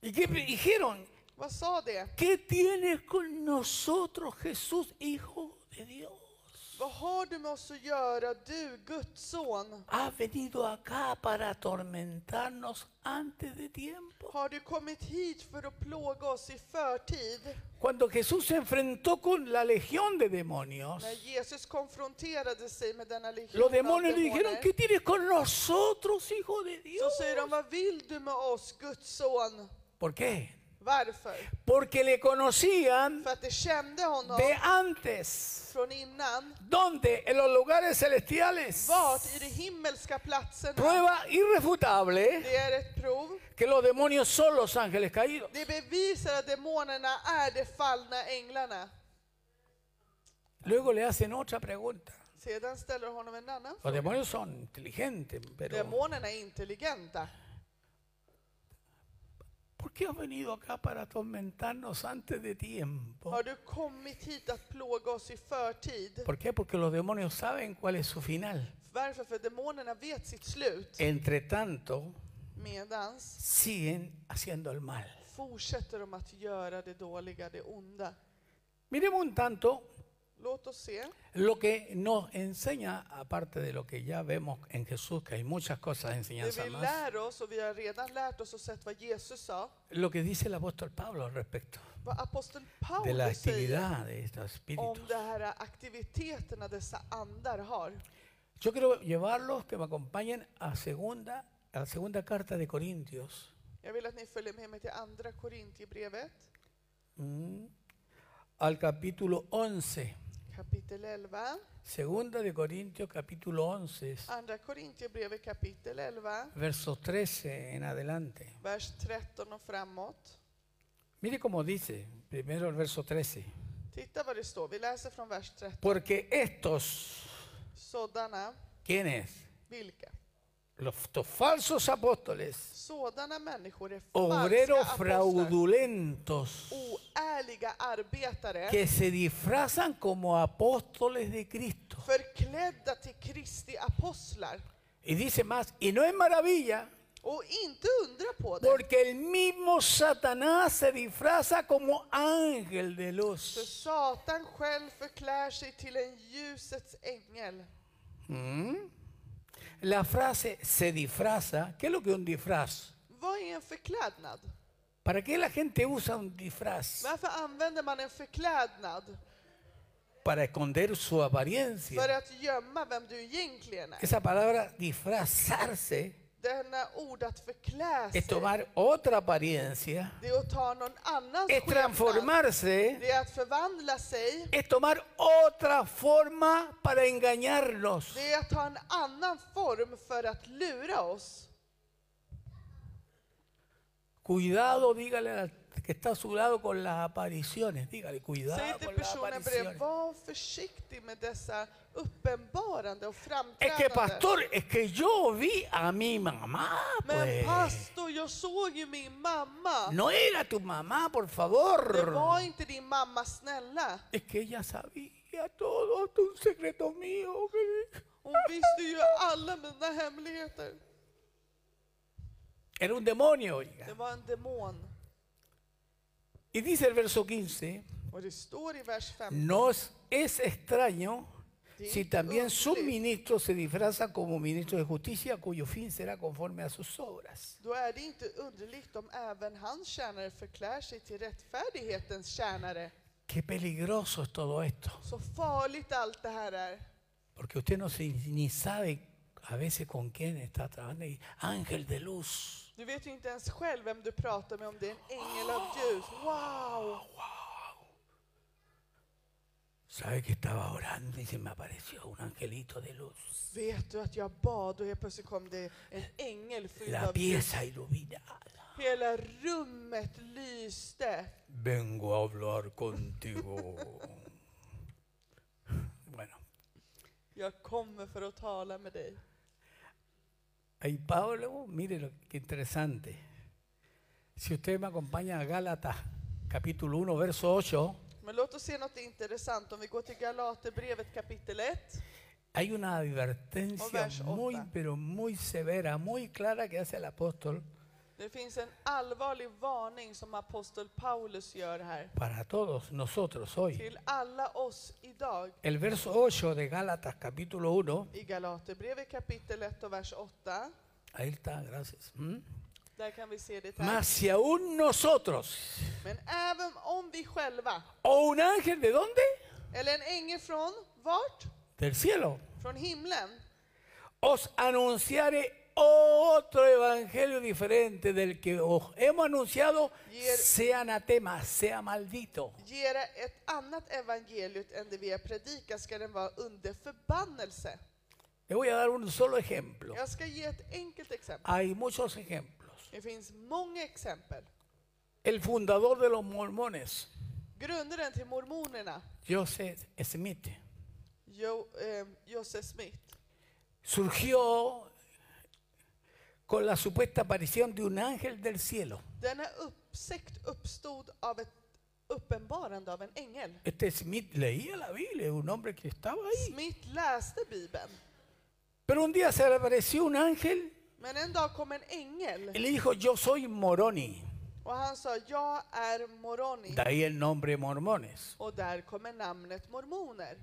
S1: ¿Y qué dijeron?
S2: Vad sa det?
S1: ¿Qué tienes con nosotros, Jesús, Hijo de Dios?
S2: Vad har du med oss att göra, du Guds son?
S1: Has venido acá para atormentarnos antes de tiempo.
S2: Har du kommit hit för att plåga oss i förtid?
S1: Cuando Jesús se enfrentó con la legión de demonios,
S2: När Jesus konfronterade sig med denna legion
S1: los
S2: av
S1: demonios le dijeron,
S2: demoner,
S1: ¿qué tienes con nosotros, hijo de
S2: så
S1: Dios?
S2: säger de, vad vill du med oss, Guds son?
S1: ¿Por qué?
S2: Varför?
S1: Porque le conocían
S2: För att de kände honom
S1: de antes.
S2: från innan.
S1: ¿Dónde? En los lugares celestiales.
S2: Vart? I de himmelska platserna.
S1: Prueba irrefutable
S2: Det är ett prov.
S1: que los demonios son los ángeles caídos.
S2: Det bevisar att demonerna är de fallna änglarna.
S1: Luego le hacen otra pregunta.
S2: Sedan ställer honom en annan
S1: Los demonios son inteligentes, pero
S2: Demonerna är intelligenta.
S1: ¿por qué has venido acá para atormentarnos antes de tiempo?
S2: Har du kommit hit att plåga oss i förtid?
S1: ¿Por qué? Porque los demonios saben cuál es su final.
S2: Varför? För demonerna vet sitt slut.
S1: Entre tanto,
S2: Medans
S1: siguen haciendo el mal.
S2: fortsätter de att göra det dåliga, det onda.
S1: Miremos un tanto
S2: Låt oss se
S1: lo que nos enseña, aparte de lo que ya vemos en Jesús, que hay muchas cosas de
S2: det
S1: enseñanza
S2: vi
S1: más,
S2: lär oss, och vi har redan lärt oss och sett vad Jesus sa,
S1: lo que dice el apóstol Pablo al respecto
S2: vad aposteln
S1: de la
S2: Paulus säger
S1: actividad de estos espíritus.
S2: om de här aktiviteterna dessa andar har.
S1: Yo quiero llevarlos que me acompañen a segunda, a la segunda carta de Corintios.
S2: Jag vill att ni följer med mig till andra Korintierbrevet,
S1: Mm. al capítulo 11.
S2: kapitel 11.
S1: Segunda de Corintios capítulo 11,
S2: Andra Korintierbrevet kapitel 11,
S1: versos 13 en adelante.
S2: vers 13 och framåt.
S1: Mire cómo dice, primero el verso 13.
S2: Titta vad det står, vi läser från vers 13.
S1: Porque estos,
S2: Sådana,
S1: ¿quiénes?
S2: vilka?
S1: Los, estos falsos apóstoles,
S2: Sådana människor är
S1: obreros
S2: falska apostlar,
S1: fraudulentos,
S2: oärliga arbetare,
S1: que se disfrazan como apóstoles de Cristo.
S2: förklädda till Kristi apostlar.
S1: Y dice más, y no es maravilla,
S2: Och inte undra på det,
S1: porque el mismo Satanás se disfraza como ángel de
S2: för
S1: luz.
S2: Satan själv förklär sig till en ljusets ängel.
S1: Mm. La frase se disfraza, ¿qué es lo que es un disfraz?
S2: Vad är en förklädnad?
S1: ¿Para qué la gente usa un disfraz?
S2: Varför använder man en förklädnad?
S1: Para esconder su
S2: För
S1: apariencia.
S2: att gömma vem du egentligen är.
S1: Esa palabra disfrazarse
S2: Denna ord att förklä sig,
S1: es tomar otra apariencia,
S2: det är att ta någon annans
S1: es
S2: skepnad.
S1: transformarse,
S2: Det är att förvandla sig,
S1: es tomar otra forma para engañarnos.
S2: det är att ta en annan form för att lura oss.
S1: Cuidado, dígale al que está a su lado con las apariciones. Dígale,
S2: Säg
S1: cuidado
S2: till
S1: con las
S2: personen bredvid,
S1: apariciones.
S2: var försiktig med dessa uppenbarande och
S1: Es que,
S2: framträdande.
S1: pastor, es que yo vi a mi mamá,
S2: Men
S1: pues.
S2: pastor, jag såg ju min mamma.
S1: No era tu mamá, por
S2: Det var
S1: favor.
S2: inte din mamma, snälla.
S1: Es que ella sabía todo, hasta un secreto mío. que-
S2: Hon visste ju alla mina hemligheter.
S1: Era un demonio,
S2: Det
S1: oiga.
S2: var en demon.
S1: Y dice el verso 15,
S2: Och det står i vers 15.
S1: nos es extraño si también sus
S2: Oh, Sí.
S1: ministros se disfrazan como ministros de justicia, cuyo fin será conforme a sus obras.
S2: Då är det inte underligt om även hans tjänare förklär sig till rättfärdighetens tjänare.
S1: Qué peligroso es todo esto,
S2: Så farligt allt det här är.
S1: porque usted no se, ni sabe a veces con quién está trabajando. Y Ángel de luz.
S2: Du vet ju inte ens själv vem du pratar med, om det är en ängel av ljus. Wow!
S1: Sabe que estaba orando y se me apareció un angelito de luz.
S2: Vet du att jag bad och helt plötsligt kom det en ängel fylld
S1: La
S2: av ljus.
S1: pieza iluminada.
S2: Hela rummet lyste.
S1: Vengo a hablar contigo. bueno,
S2: Jag kommer för att tala med dig.
S1: ahí Pablo, mire lo que interesante. Si usted me acompaña a Gálatas, capítulo 1, verso 8,
S2: Men låt oss se något intressant. Om vi går till Galaterbrevet kapitel 1.
S1: Hay una advertencia
S2: Verso
S1: muy,
S2: ocho.
S1: pero muy severa, muy clara que hace el apóstol
S2: Det finns en allvarlig varning som apostel Paulus gör här
S1: para todos nosotros hoy.
S2: till alla oss idag
S1: El verso 8 de Gálatas capítulo 1,
S2: i Galaterbrevet kapitel 1 och vers 8.
S1: ahí está, gracias. ¿Mm?
S2: Där kan vi se det här.
S1: Mas si aún nosotros,
S2: Men även om vi själva,
S1: o un ángel de dónde?
S2: eller en ängel från vart?
S1: Del cielo.
S2: Från himlen.
S1: Os anunciaré otro evangelio diferente del que os hemos anunciado,
S2: Y el-
S1: sea anatema, sea maldito.
S2: Ger ett annat evangeliet än det vi har predikat ska den vara under förbannelse.
S1: Le voy a dar un solo ejemplo.
S2: Jag ska ge ett enkelt exempel.
S1: Hay muchos ejemplos.
S2: Det finns många exempel.
S1: El fundador de los mormones,
S2: Grundaren till mormonerna,
S1: Joseph Smith,
S2: jo, eh, Joseph Smith,
S1: surgió con la supuesta aparición de un ángel del cielo.
S2: denna uppsikt uppstod av ett uppenbarande av en ängel.
S1: Este Smith leía la Biblia, un hombre que estaba ahí.
S2: Smith läste Bibeln,
S1: Pero un día se le apareció un ángel
S2: men en dag kom en
S1: y
S2: ängel
S1: le dijo, yo soy Moroni.
S2: och han sa ”Jag är Moroni”
S1: De ahí el nombre mormones.
S2: och där kommer namnet mormoner.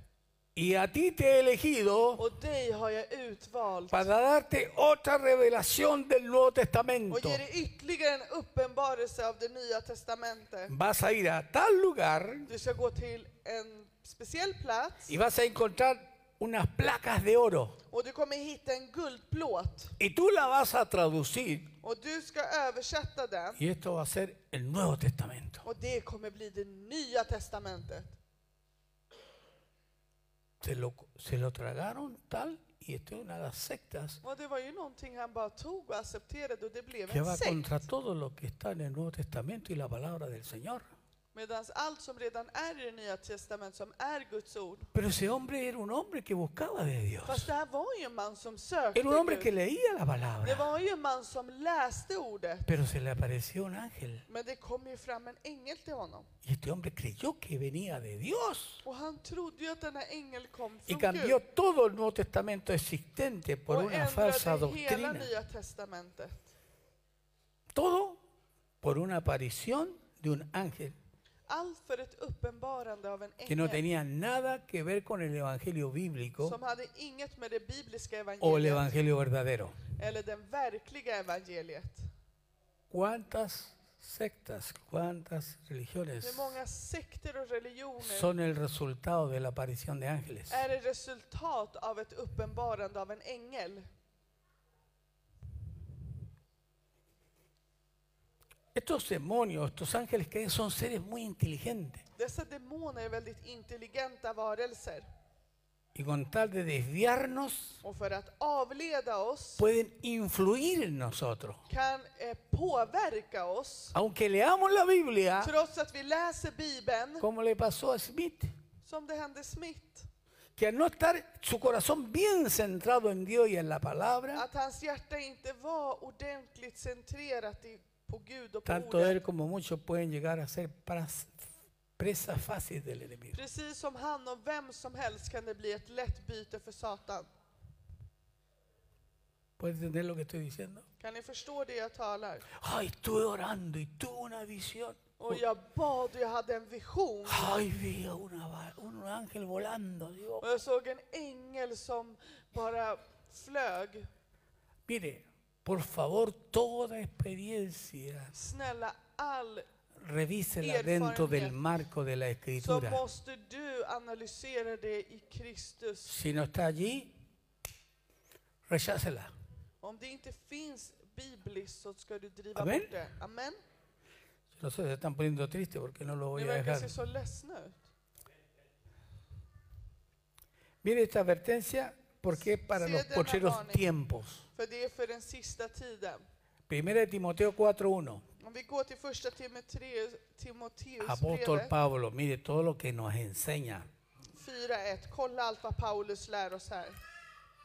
S1: Y a ti te he elegido
S2: Och dig har jag utvalt
S1: para darte otra revelación del Nuevo
S2: och
S1: Testamento.
S2: ger dig ytterligare en uppenbarelse av det nya testamentet.
S1: Vas a ir a tal lugar
S2: Du ska gå till en speciell plats
S1: y vas a encontrar unas placas de oro
S2: och du kommer hitta en guldplåt
S1: y tú la vas a traducir
S2: och du ska översätta den
S1: y esto va a ser el Nuevo Testamento.
S2: och det kommer bli det nya testamentet.
S1: Se lo, se lo tragaron tal y esto es una de las sectas
S2: Och det var ju någonting han bara tog och accepterade och det blev
S1: que
S2: en
S1: va
S2: sekt.
S1: contra todo lo que está en el Nuevo Testamento y la palabra del Señor.
S2: Medan allt som redan är i det nya testamentet som är Guds ord.
S1: Pero ese hombre era un hombre que buscaba de
S2: Fast
S1: Dios.
S2: det här var ju en man som sökte
S1: Era un hombre
S2: Gud.
S1: que leía la
S2: Det
S1: palabra.
S2: var ju en man som läste ordet.
S1: Pero se le apareció un ángel
S2: Men det kom ju fram en ängel till honom.
S1: y este hombre creyó que venía de Dios.
S2: Och han trodde ju att den här ängeln kom
S1: Y
S2: från
S1: cambió
S2: Gud.
S1: todo el Nuevo Testamento existente por
S2: Och
S1: una falsa
S2: ändrade hela
S1: doctrina.
S2: nya testamentet.
S1: Todo por una aparición de un ángel
S2: Allt för ett uppenbarande av en
S1: que no
S2: ängel.
S1: tenía nada que ver con el Evangelio bíblico
S2: Som hade inget med det bibliska
S1: o el
S2: evangeliet.
S1: Evangelio verdadero.
S2: Eller den verkliga evangeliet.
S1: ¿Cuántas sectas, cuántas religiones
S2: Hur många sekter och religioner
S1: son el resultado de la aparición de ángeles?
S2: är ett resultat av ett uppenbarande av en ängel?
S1: Estos demonios, estos ángeles que hay, son seres muy inteligentes
S2: Dessa demoner är väldigt intelligenta varelser.
S1: y con tal de desviarnos
S2: Och för att avleda oss
S1: pueden influir en nosotros.
S2: kan eh, påverka oss
S1: Aunque leamos la Biblia,
S2: Trots att vi läser Bibeln,
S1: como le pasó a Smith,
S2: som det hände Smith,
S1: que al no estar su corazón bien centrado en Dios y en la palabra,
S2: att hans hjärta inte var ordentligt centrerat i, på Gud och på
S1: tanto él
S2: ordet.
S1: como muchos pueden llegar a ser pras- presa fácil del enemigo.
S2: Precis som han och vem som helst kan det bli ett lätt byte för Satan.
S1: ¿Puedes entender lo que estoy diciendo?
S2: Kan ni förstå det jag talar?
S1: Ay, estuve orando y tuve una visión.
S2: Och jag bad och jag hade en vision.
S1: Ay, vi a una va- un ángel volando. Digo,
S2: Och jag såg en ängel som bara flög.
S1: mire, por favor, toda experiencia,
S2: Snälla, all
S1: revísela dentro del marco de la
S2: så
S1: escritura.
S2: måste du analysera det i Kristus
S1: Si no está allí, rechácela.
S2: Om det inte finns bibliskt så ska du driva
S1: Amen.
S2: bort det. Amen.
S1: Yo No sé, se están poniendo tristes porque no lo voy
S2: Ni
S1: a
S2: verkar
S1: dejar.
S2: se så ledsna ut.
S1: Mire esta advertencia porque es para
S2: Sí,
S1: los
S2: es de la
S1: pocheros
S2: Bonnie.
S1: tiempos.
S2: För det är för den sista tiden.
S1: Primera de Timoteo 4.1.
S2: Om vi går till första Timoteus- Timoteus
S1: Apóstol
S2: brevet
S1: Pablo, mire todo lo que nos enseña.
S2: 4.1. Kolla allt vad Paulus lär oss här.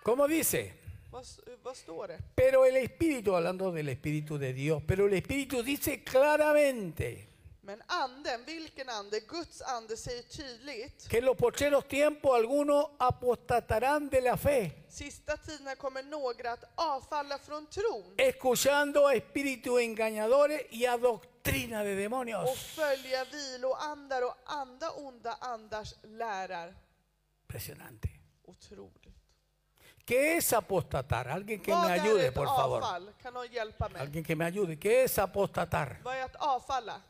S1: ¿Cómo dice?
S2: Vad, s- vad står det?
S1: Pero el Espíritu, hablando del Espíritu de Dios, pero el Espíritu dice claramente
S2: Men anden, vilken ande? Guds ande säger tydligt,
S1: que en los posteros tiempos algunos apostatarán de la fe,
S2: sista tiden kommer några att avfalla från tron
S1: escuchando a espíritus engañadores y a doctrina de
S2: och
S1: demonios.
S2: följa viloandar och andra onda andars lärar.
S1: Impresionante.
S2: Otroligt.
S1: ¿Qué es apostatar? Alguien que me
S2: Vad är
S1: ayude,
S2: ett
S1: por favor.
S2: avfall? Kan någon hjälpa mig?
S1: Alguien que me ayude. ¿Qué es apostatar?
S2: Vad är att avfalla?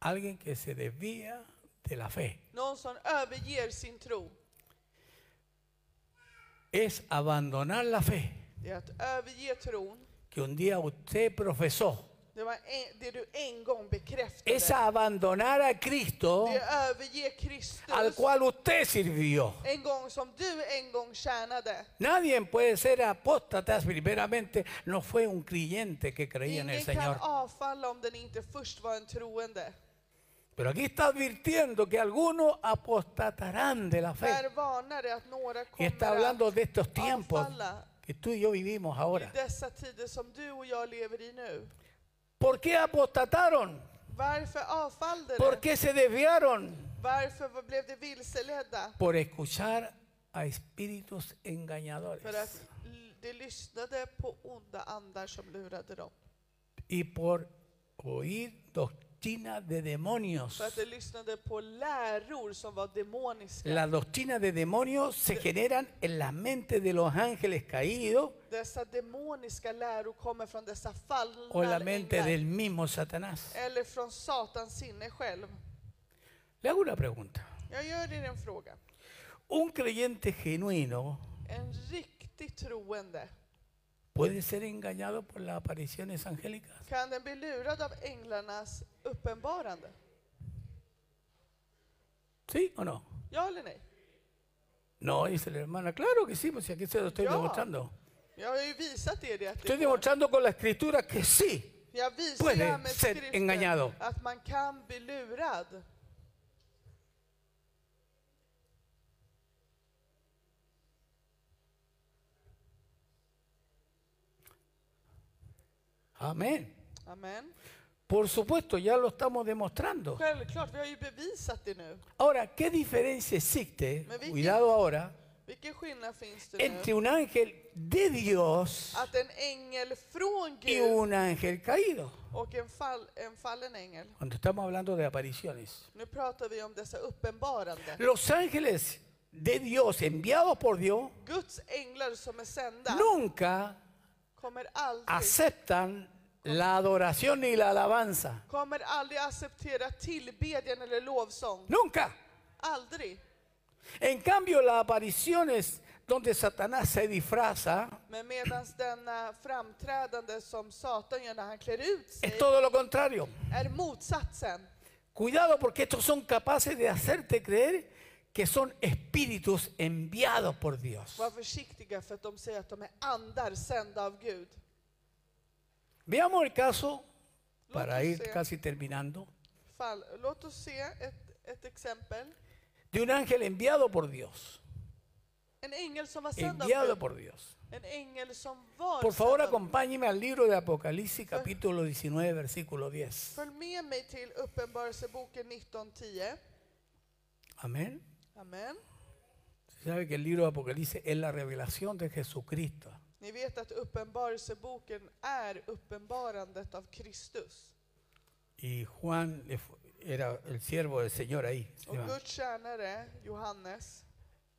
S1: Alguien que se desvía de la fe.
S2: Någon som överger sin tro.
S1: Es abandonar la fe
S2: Det är att överge tron.
S1: que un día usted profesó.
S2: Det var en, det du en gång bekräftade.
S1: Es abandonar a Cristo
S2: Det är överge Kristus.
S1: al cual usted sirvió.
S2: En gång som du en gång tjänade.
S1: Nadie puede ser apóstata si primeramente no fue un creyente que creía en el
S2: Ingen kan
S1: Señor.
S2: avfalla om den inte först var en troende.
S1: Pero aquí está advirtiendo que algunos apostatarán de la fe.
S2: Här varnar det att några
S1: Y
S2: kommer
S1: está hablando
S2: att
S1: de estos tiempos
S2: avfalla
S1: que tú y yo vivimos
S2: i
S1: ahora.
S2: dessa tider som du och jag lever i nu.
S1: ¿Por qué apostataron?
S2: Varför avfallde
S1: ¿Por
S2: det?
S1: qué se desviaron?
S2: Varför blev det vilseledda?
S1: Por escuchar a espíritus engañadores
S2: För att l- de lyssnade på onda andar som lurade dem.
S1: y por oír doctrina de demonios.
S2: För att de lyssnade på läror som var demoniska.
S1: La doctrina de demonios se generan en la mente de los ángeles caídos
S2: Dessa demoniska läror kommer från dessa
S1: o en
S2: fallna
S1: la mente del mismo Satanás.
S2: eller från Satans sinne själv.
S1: Le hago una pregunta.
S2: Jag gör er en fråga.
S1: ¿Un creyente genuino
S2: En riktigt troende,
S1: puede ser engañado por las apariciones angélicas?
S2: kan den bli lurad av änglarnas uppenbarande?
S1: ¿Sí o no?
S2: Ja eller nej?
S1: No, dice la hermana. Claro que sí, pues si aquí se lo estoy
S2: Ya.
S1: demostrando.
S2: Jag har ju visat er det. Att det
S1: Estoy
S2: går.
S1: demostrando con la escritura que sí.
S2: Jag visar
S1: puede
S2: ju här med
S1: ser engañado.
S2: skriften att man kan bli lurad.
S1: Amén.
S2: Amen.
S1: Por supuesto, ya lo estamos demostrando.
S2: Självklart, vi har ju bevisat det nu.
S1: Ahora, ¿qué diferencia existe?
S2: Me vi-
S1: Cuidado ahora.
S2: Vilken skillnad finns det
S1: entre
S2: nu?
S1: un ángel de Dios
S2: Att en ängel från
S1: y
S2: Gud
S1: un ángel caído.
S2: och en, fall, en fallen ängel.
S1: Cuando estamos hablando de apariciones.
S2: Nu pratar vi om dessa uppenbarande.
S1: Los ángeles de Dios enviados por Dios
S2: Guds änglar som är sända
S1: nunca
S2: kommer aldrig
S1: aceptan la adoración ni la alabanza.
S2: kommer aldrig acceptera tillbedjan eller lovsång.
S1: Nunca.
S2: Aldrig.
S1: En cambio, las apariciones donde Satanás se disfraza
S2: Men medan denna framträdande som Satan gör när han klär ut sig
S1: es todo lo contrario.
S2: är motsatsen.
S1: Cuidado porque estos son capaces de hacerte creer que son espíritus enviados por Dios.
S2: Var försiktiga för att de säger att de är andar sända av Gud.
S1: Veamos el caso,
S2: Lo
S1: para
S2: que
S1: ir
S2: sea.
S1: casi terminando,
S2: Fall. Låt oss se ett, ett exempel.
S1: de un ángel enviado por Dios.
S2: En ängel som var sänd av
S1: Enviado
S2: Gud.
S1: por Dios.
S2: En ängel som var
S1: Por favor,
S2: sänd av Gud.
S1: acompáñeme al libro de Apocalipsis, capítulo 19, versículo 10.
S2: Följ med mig till Uppenbarelseboken 19.10.
S1: Amén.
S2: Amen.
S1: Se sabe que el libro de Apocalipsis es la revelación de Jesucristo.
S2: Ni vet att Uppenbarelseboken är uppenbarandet av Kristus.
S1: Y Juan le fu- era el siervo del Señor ahí.
S2: Och Guds tjänare, Johannes,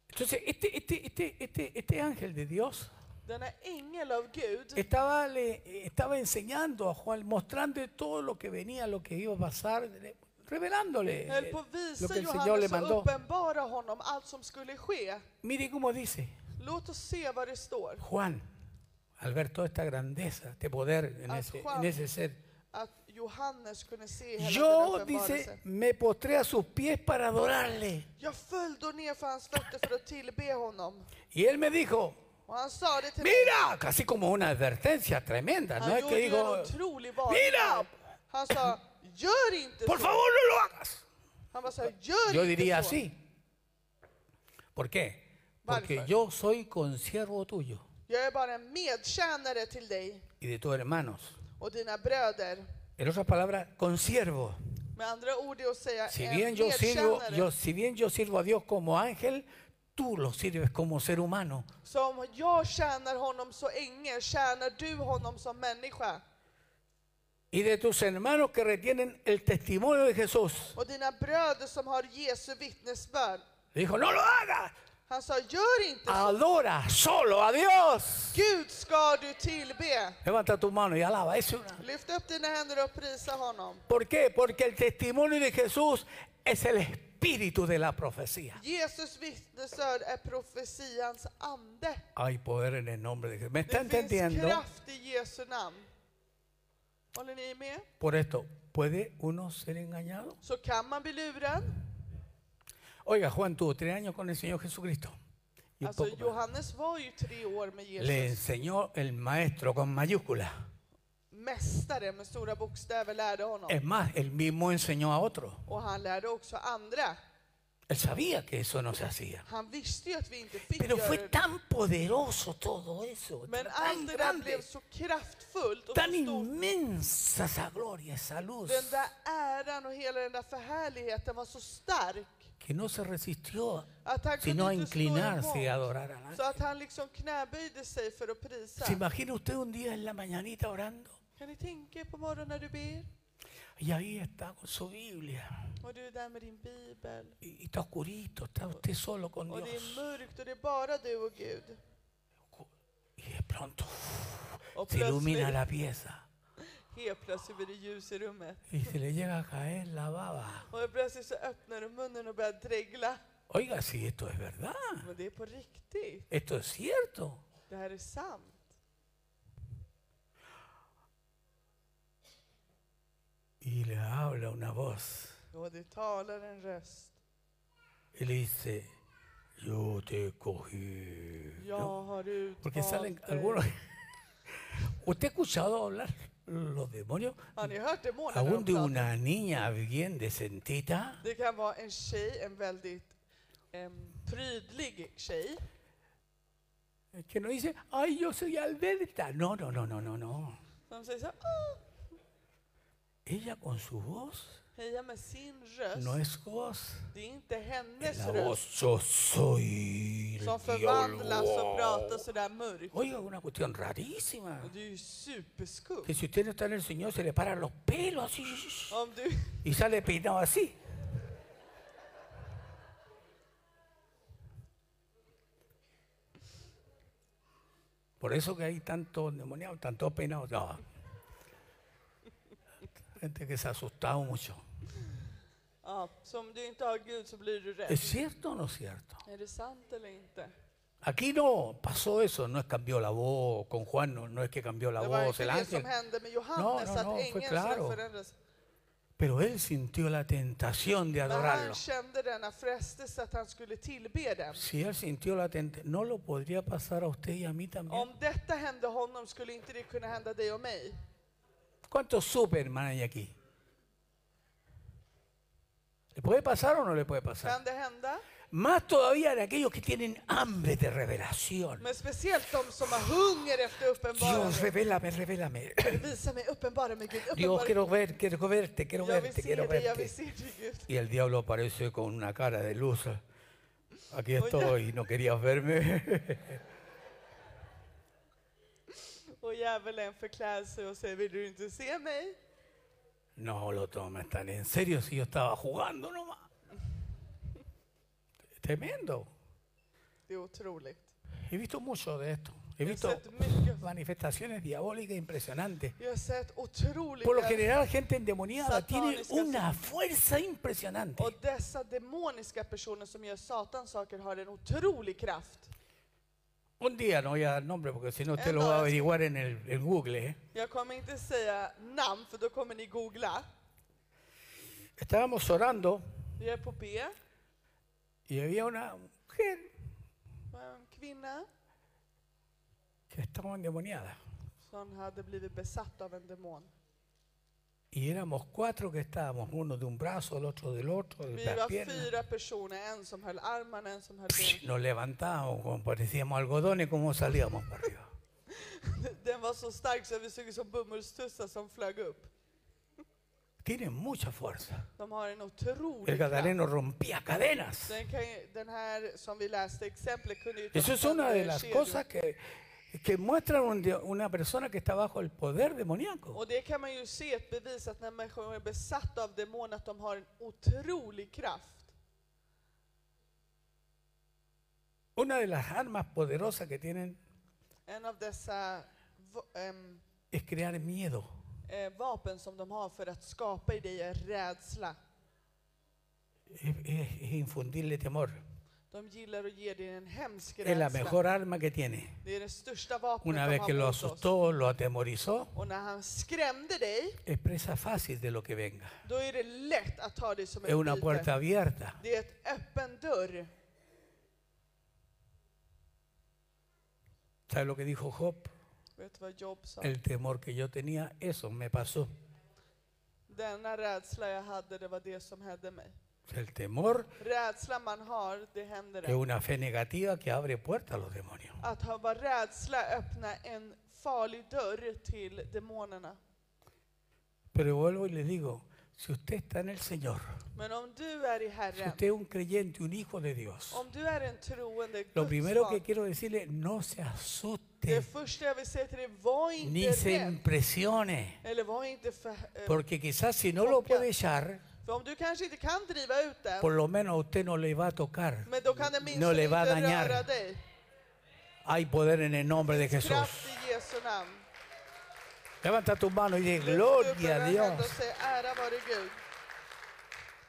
S1: Entonces, este, este, este, este, este ángel de Dios
S2: denna ängel av Gud,
S1: estaba, le, estaba enseñando a Juan, mostrando todo lo que venía, lo que iba a pasar, le- revelándole
S2: höll på
S1: eh,
S2: att
S1: lo
S2: visa
S1: que el Señor le
S2: Johannes och
S1: mandó.
S2: uppenbara honom allt som skulle ske.
S1: Mire cómo dice
S2: Låt oss se vad det står.
S1: Juan, al ver toda esta grandeza, este poder en,
S2: Ah,
S1: ese,
S2: Juan.
S1: en ese ser.
S2: Att Johannes kunde se hela denna
S1: Yo,
S2: uppenbarelse.
S1: dice, me postré a sus pies para adorarle.
S2: Jag föll då ner för hans fötter för att tillbe honom.
S1: Y él me dijo,
S2: Och han sa det till mig.
S1: mira, casi como una advertencia tremenda,
S2: Han
S1: ¿no? Es que
S2: gjorde ju en
S1: dijo,
S2: otrolig
S1: Mira!
S2: varning. Han sa, gör inte
S1: por
S2: så.
S1: favor no lo hagas.
S2: Han bara sa, gör
S1: Yo
S2: inte
S1: diría
S2: så.
S1: así. ¿Por qué? Porque
S2: Varför?
S1: yo soy consiervo tuyo
S2: Jag är bara en medtjänare till dig
S1: y de tus hermanos
S2: och dina bröder.
S1: En otras palabras, consiervo.
S2: Med andra ord är att säga
S1: Si
S2: en
S1: bien yo sirvo,
S2: medkännare.
S1: yo- si bien yo sirvo a Dios como ángel, tú lo sirves como ser humano.
S2: Som jag tjänar honom så änge tjänar du honom som människa.
S1: Y de tus hermanos que retienen el testimonio de Jesús.
S2: Och dina bröder som har Jesu vittnesbörd.
S1: Le dijo, no lo hagas,
S2: Han sa, gör inte så.
S1: adora solo a Dios.
S2: Gud ska du tillbe.
S1: Levanta tu mano y alaba. Es una-
S2: Lyft upp dina händer och prisa honom.
S1: ¿Por qué? Porque el testimonio de Jesús es el espíritu de la profecía.
S2: Jesus vittnesbörd är profetians ande.
S1: Hay poder en el nombre de Jesús. ¿Me está
S2: Det finns
S1: entendiendo?
S2: kraft i Jesu namn. Håller ni med?
S1: Por esto, ¿puede uno ser engañado?
S2: Så kan man bli lurad.
S1: Oiga, Juan tuvo tres años con el Señor Jesucristo. Y un
S2: Alltså
S1: poco más.
S2: Johannes var ju tre år med
S1: Le
S2: Jesus.
S1: enseñó el maestro con mayúscula.
S2: Mästare med stora bokstäver lärde honom.
S1: Es más, él mismo enseñó a otro.
S2: Och han lärde också andra.
S1: Él sabía que eso no se hacía.
S2: Han visste ju att vi inte fick
S1: Pero
S2: göra
S1: fue
S2: det.
S1: tan poderoso todo eso,
S2: Men
S1: tan
S2: allt det där
S1: grande,
S2: blev så kraftfullt och
S1: tan
S2: så stort.
S1: inmensa esa gloria, esa luz,
S2: Den där äran och hela den där förhärligheten var så stark
S1: que no se resistió,
S2: att han
S1: sino a
S2: kunde inte stå
S1: inclinarse y
S2: emot.
S1: adorar al
S2: Så
S1: ángel.
S2: att han liksom knäböjde sig för att prisa.
S1: ¿Se imagina usted un día en la mañanita orando?
S2: Kan ni tänka er på morgonen när du ber?
S1: Y ahí está con su Biblia.
S2: Och du är där med din bibel.
S1: Y y está oscurito, está usted solo con
S2: Och det är
S1: Dios.
S2: mörkt och det är bara du och Gud.
S1: Y de pronto uf,
S2: Och
S1: se ilumina
S2: plötsligt,
S1: la pieza.
S2: helt plötsligt blir det ljus i rummet.
S1: Y se le llega a caer la baba.
S2: Och plötsligt så öppnar du munnen och börjar dregla.
S1: Oiga, si esto es verdad,
S2: Men det är på riktigt.
S1: esto es cierto.
S2: Det här är sant.
S1: Y le habla una voz
S2: Och det talar en röst.
S1: y le dice, yo te cogí.
S2: Jag har utvalt
S1: Porque salen
S2: dig.
S1: algunos... ¿Usted ha escuchado hablar los demonios?
S2: Har ni hört demonerna?
S1: Aún de
S2: de pratar?
S1: una niña bien decentita,
S2: Det kan vara en tjej, en väldigt em, prydlig tjej.
S1: que no dice, ay, yo soy Alberta. No, no, no, no, no, no.
S2: Som säger så "Ah, här, "Åh!"
S1: Ella con su voz
S2: heja med sin röst.
S1: no es voz.
S2: Det är inte
S1: Es
S2: hennes
S1: la
S2: röst
S1: voz, yo soy el
S2: som förvandlas och pratar
S1: diablo.
S2: sådär mörkt.
S1: Oiga, una cuestión rarísima.
S2: Och det är ju superskumt.
S1: Que si usted no está en el Señor se le paran los pelos así sh- sh- sh,
S2: Om du,
S1: y sale peinado así. Por eso que hay tantos demoniados, tantos peinados. no. Gente que se ha asustado mucho.
S2: ja, så om du inte har Gud så blir du rädd.
S1: ¿Es cierto o no es cierto?
S2: Är det sant eller inte?
S1: Aquí no pasó eso, no es cambió la voz, con Juan no, no es que cambió la
S2: Det var
S1: voz,
S2: inte
S1: el
S2: det som
S1: ángel,
S2: hände med Johannes,
S1: No, no, no,
S2: att
S1: fue
S2: ängelns
S1: claro.
S2: röst förändrades.
S1: pero él sintió la tentación de
S2: Men han
S1: adorarlo.
S2: kände denna frestelse att han skulle tillbe den.
S1: Si él sintió la tentación, ¿no lo podría pasar a usted y a mí también?
S2: Om detta hände honom skulle inte det kunna hända dig och mig.
S1: ¿Cuántos Superman hay aquí? ¿Le puede pasar o no le puede pasar?
S2: Kan det hända?
S1: Más todavía de aquellos que tienen hambre de revelación.
S2: Men speciellt de som har hunger efter
S1: Dios,
S2: uppenbarelse.
S1: revélame, revélame.
S2: Visa mig, uppenbara mig Gud,
S1: Dios,
S2: uppenbara mig.
S1: quiero ver, quiero verte, quiero
S2: Jag vill
S1: verte,
S2: se
S1: quiero
S2: dig, jag
S1: verte.
S2: vill se dig Gud.
S1: Y el diablo aparece con una cara de luz. Aquí estoy, no querías verme.
S2: Och djävulen förklär sig och säger, vill du inte se mig?
S1: No lo tomes tan en serio si yo estaba jugando nomás. Tremendo.
S2: Det är otroligt.
S1: He visto mucho de esto. He
S2: Jag har
S1: visto
S2: sett mycket.
S1: manifestaciones diabólicas impresionantes.
S2: Jag har sett otroligt.
S1: Por lo general, gente endemoniada tiene
S2: Satánicas.
S1: una fuerza impresionante.
S2: Och dessa demoniska personer som gör satans saker har en otrolig kraft.
S1: Un día no voy a dar nombre porque si no usted lo va a averiguar en el en Google. ¿eh?
S2: Jag kommer inte säga namn för då kommer ni googla.
S1: Estábamos orando
S2: Jag är på B.
S1: y había una mujer
S2: En kvinna
S1: que estaba endemoniada.
S2: som hade blivit besatt av en demon.
S1: Y éramos cuatro que estábamos, uno de un brazo, el otro del otro, de
S2: Vi
S1: las
S2: var
S1: piernas.
S2: fyra personer, en som höll armarna, en som höll benen.
S1: Nos levantábamos, como parecíamos algodones, como salíamos para arriba.
S2: Den var så stark så vi såg ut som bomullstussar som flög upp.
S1: Tienen mucha fuerza.
S2: De har
S1: El
S2: en otrolig kraft.
S1: gadareno rompía cadenas.
S2: Den, kan ju, den här som vi läste exemplet kunde ju ta
S1: Eso es una de
S2: sönder
S1: las
S2: kedjor.
S1: cosas que, que muestran un di- una persona que está bajo el poder demoníaco.
S2: Och det kan man ju se ett bevis att när människor är besatta av demon att de har en otrolig kraft.
S1: Una de las armas poderosas que tienen
S2: En av dessa va- ehm,
S1: es crear miedo.
S2: eh, vapen som de har för att skapa i dig är rädsla.
S1: Es, es- es infundirle temor.
S2: De gillar att ge dig en hemsk
S1: Es la
S2: rädsla.
S1: mejor arma que tiene.
S2: Det är det största vapnet
S1: Una
S2: de
S1: vez
S2: har
S1: que lo
S2: mot oss.
S1: asustó, lo atemorizó,
S2: Och när han skrämde dig,
S1: es presa fácil de lo que venga.
S2: då är det lätt att ta dig som
S1: Es una
S2: en
S1: puerta
S2: byte.
S1: abierta.
S2: Det är ett öppen dörr.
S1: ¿Sabes lo que dijo Job?
S2: Vet du vad Job sa?
S1: El temor que yo tenía, eso me pasó.
S2: Denna rädsla jag hade, det var det som hände mig.
S1: El temor
S2: Rädslan man har, det händer
S1: es
S2: en.
S1: una fe negativa que abre puertas a los demonios.
S2: Att ha var rädsla öppna en farlig dörr till demonerna.
S1: Pero vuelvo y le digo, si usted está en el Señor,
S2: Men om du är i
S1: si
S2: Herren,
S1: usted es un creyente, un hijo de Dios,
S2: om du är en troende
S1: lo
S2: Guds
S1: primero
S2: barn,
S1: que quiero decirle, no se
S2: det
S1: asuste
S2: första jag vill säga till dig, var
S1: ni
S2: inte
S1: se
S2: rädd.
S1: impresione,
S2: Eller var inte för, eh,
S1: porque quizás si no lo puede echar,
S2: för om du kanske inte kan driva ut den,
S1: por lo menos a usted no le va a tocar,
S2: men då kan den
S1: no
S2: minst
S1: le va a
S2: inte röra
S1: dañar.
S2: dig.
S1: Hay poder en el nombre de Jesús.
S2: Kraft i Jesu namn.
S1: Levanta tu mano y di
S2: Lyft upp
S1: gloria
S2: era
S1: a
S2: händer och
S1: Dios.
S2: säg ära vare Gud.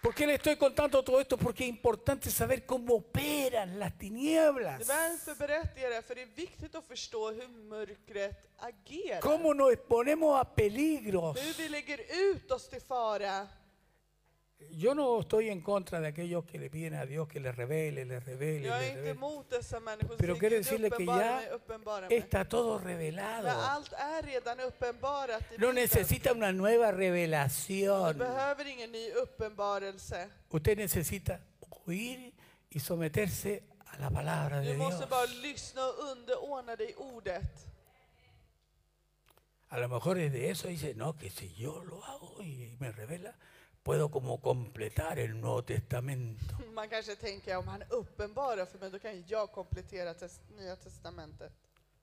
S1: ¿Por qué le estoy contando todo esto? Porque es importante saber cómo operan las tinieblas.
S2: Varför berättar jag det? För det är viktigt att förstå hur mörkret agerar.
S1: Cómo nos exponemos a peligros.
S2: Hur vi lägger ut oss till fara.
S1: Yo no estoy en contra de aquellos que le piden a Dios que les revele, les revele,
S2: Jag är
S1: les
S2: inte
S1: revele.
S2: emot dessa människor
S1: Pero
S2: som
S1: quiero
S2: säger Gud
S1: decirle que
S2: uppenbara
S1: ya
S2: mig, uppenbara mig.
S1: Está todo
S2: Men
S1: revelado.
S2: allt är redan uppenbarat i
S1: No
S2: Bibeln.
S1: necesita una nueva
S2: Du
S1: revelación.
S2: behöver ingen ny uppenbarelse.
S1: Usted necesita oír y someterse a la palabra de
S2: Du
S1: Dios.
S2: måste bara lyssna och underordna dig ordet.
S1: A lo mejor es de eso dice, no, que si yo lo hago y me revela, puedo como completar el Nuevo Testamento.
S2: Man kanske tänker om han uppenbarar för mig, då kan jag komplettera tes Nya Testamentet.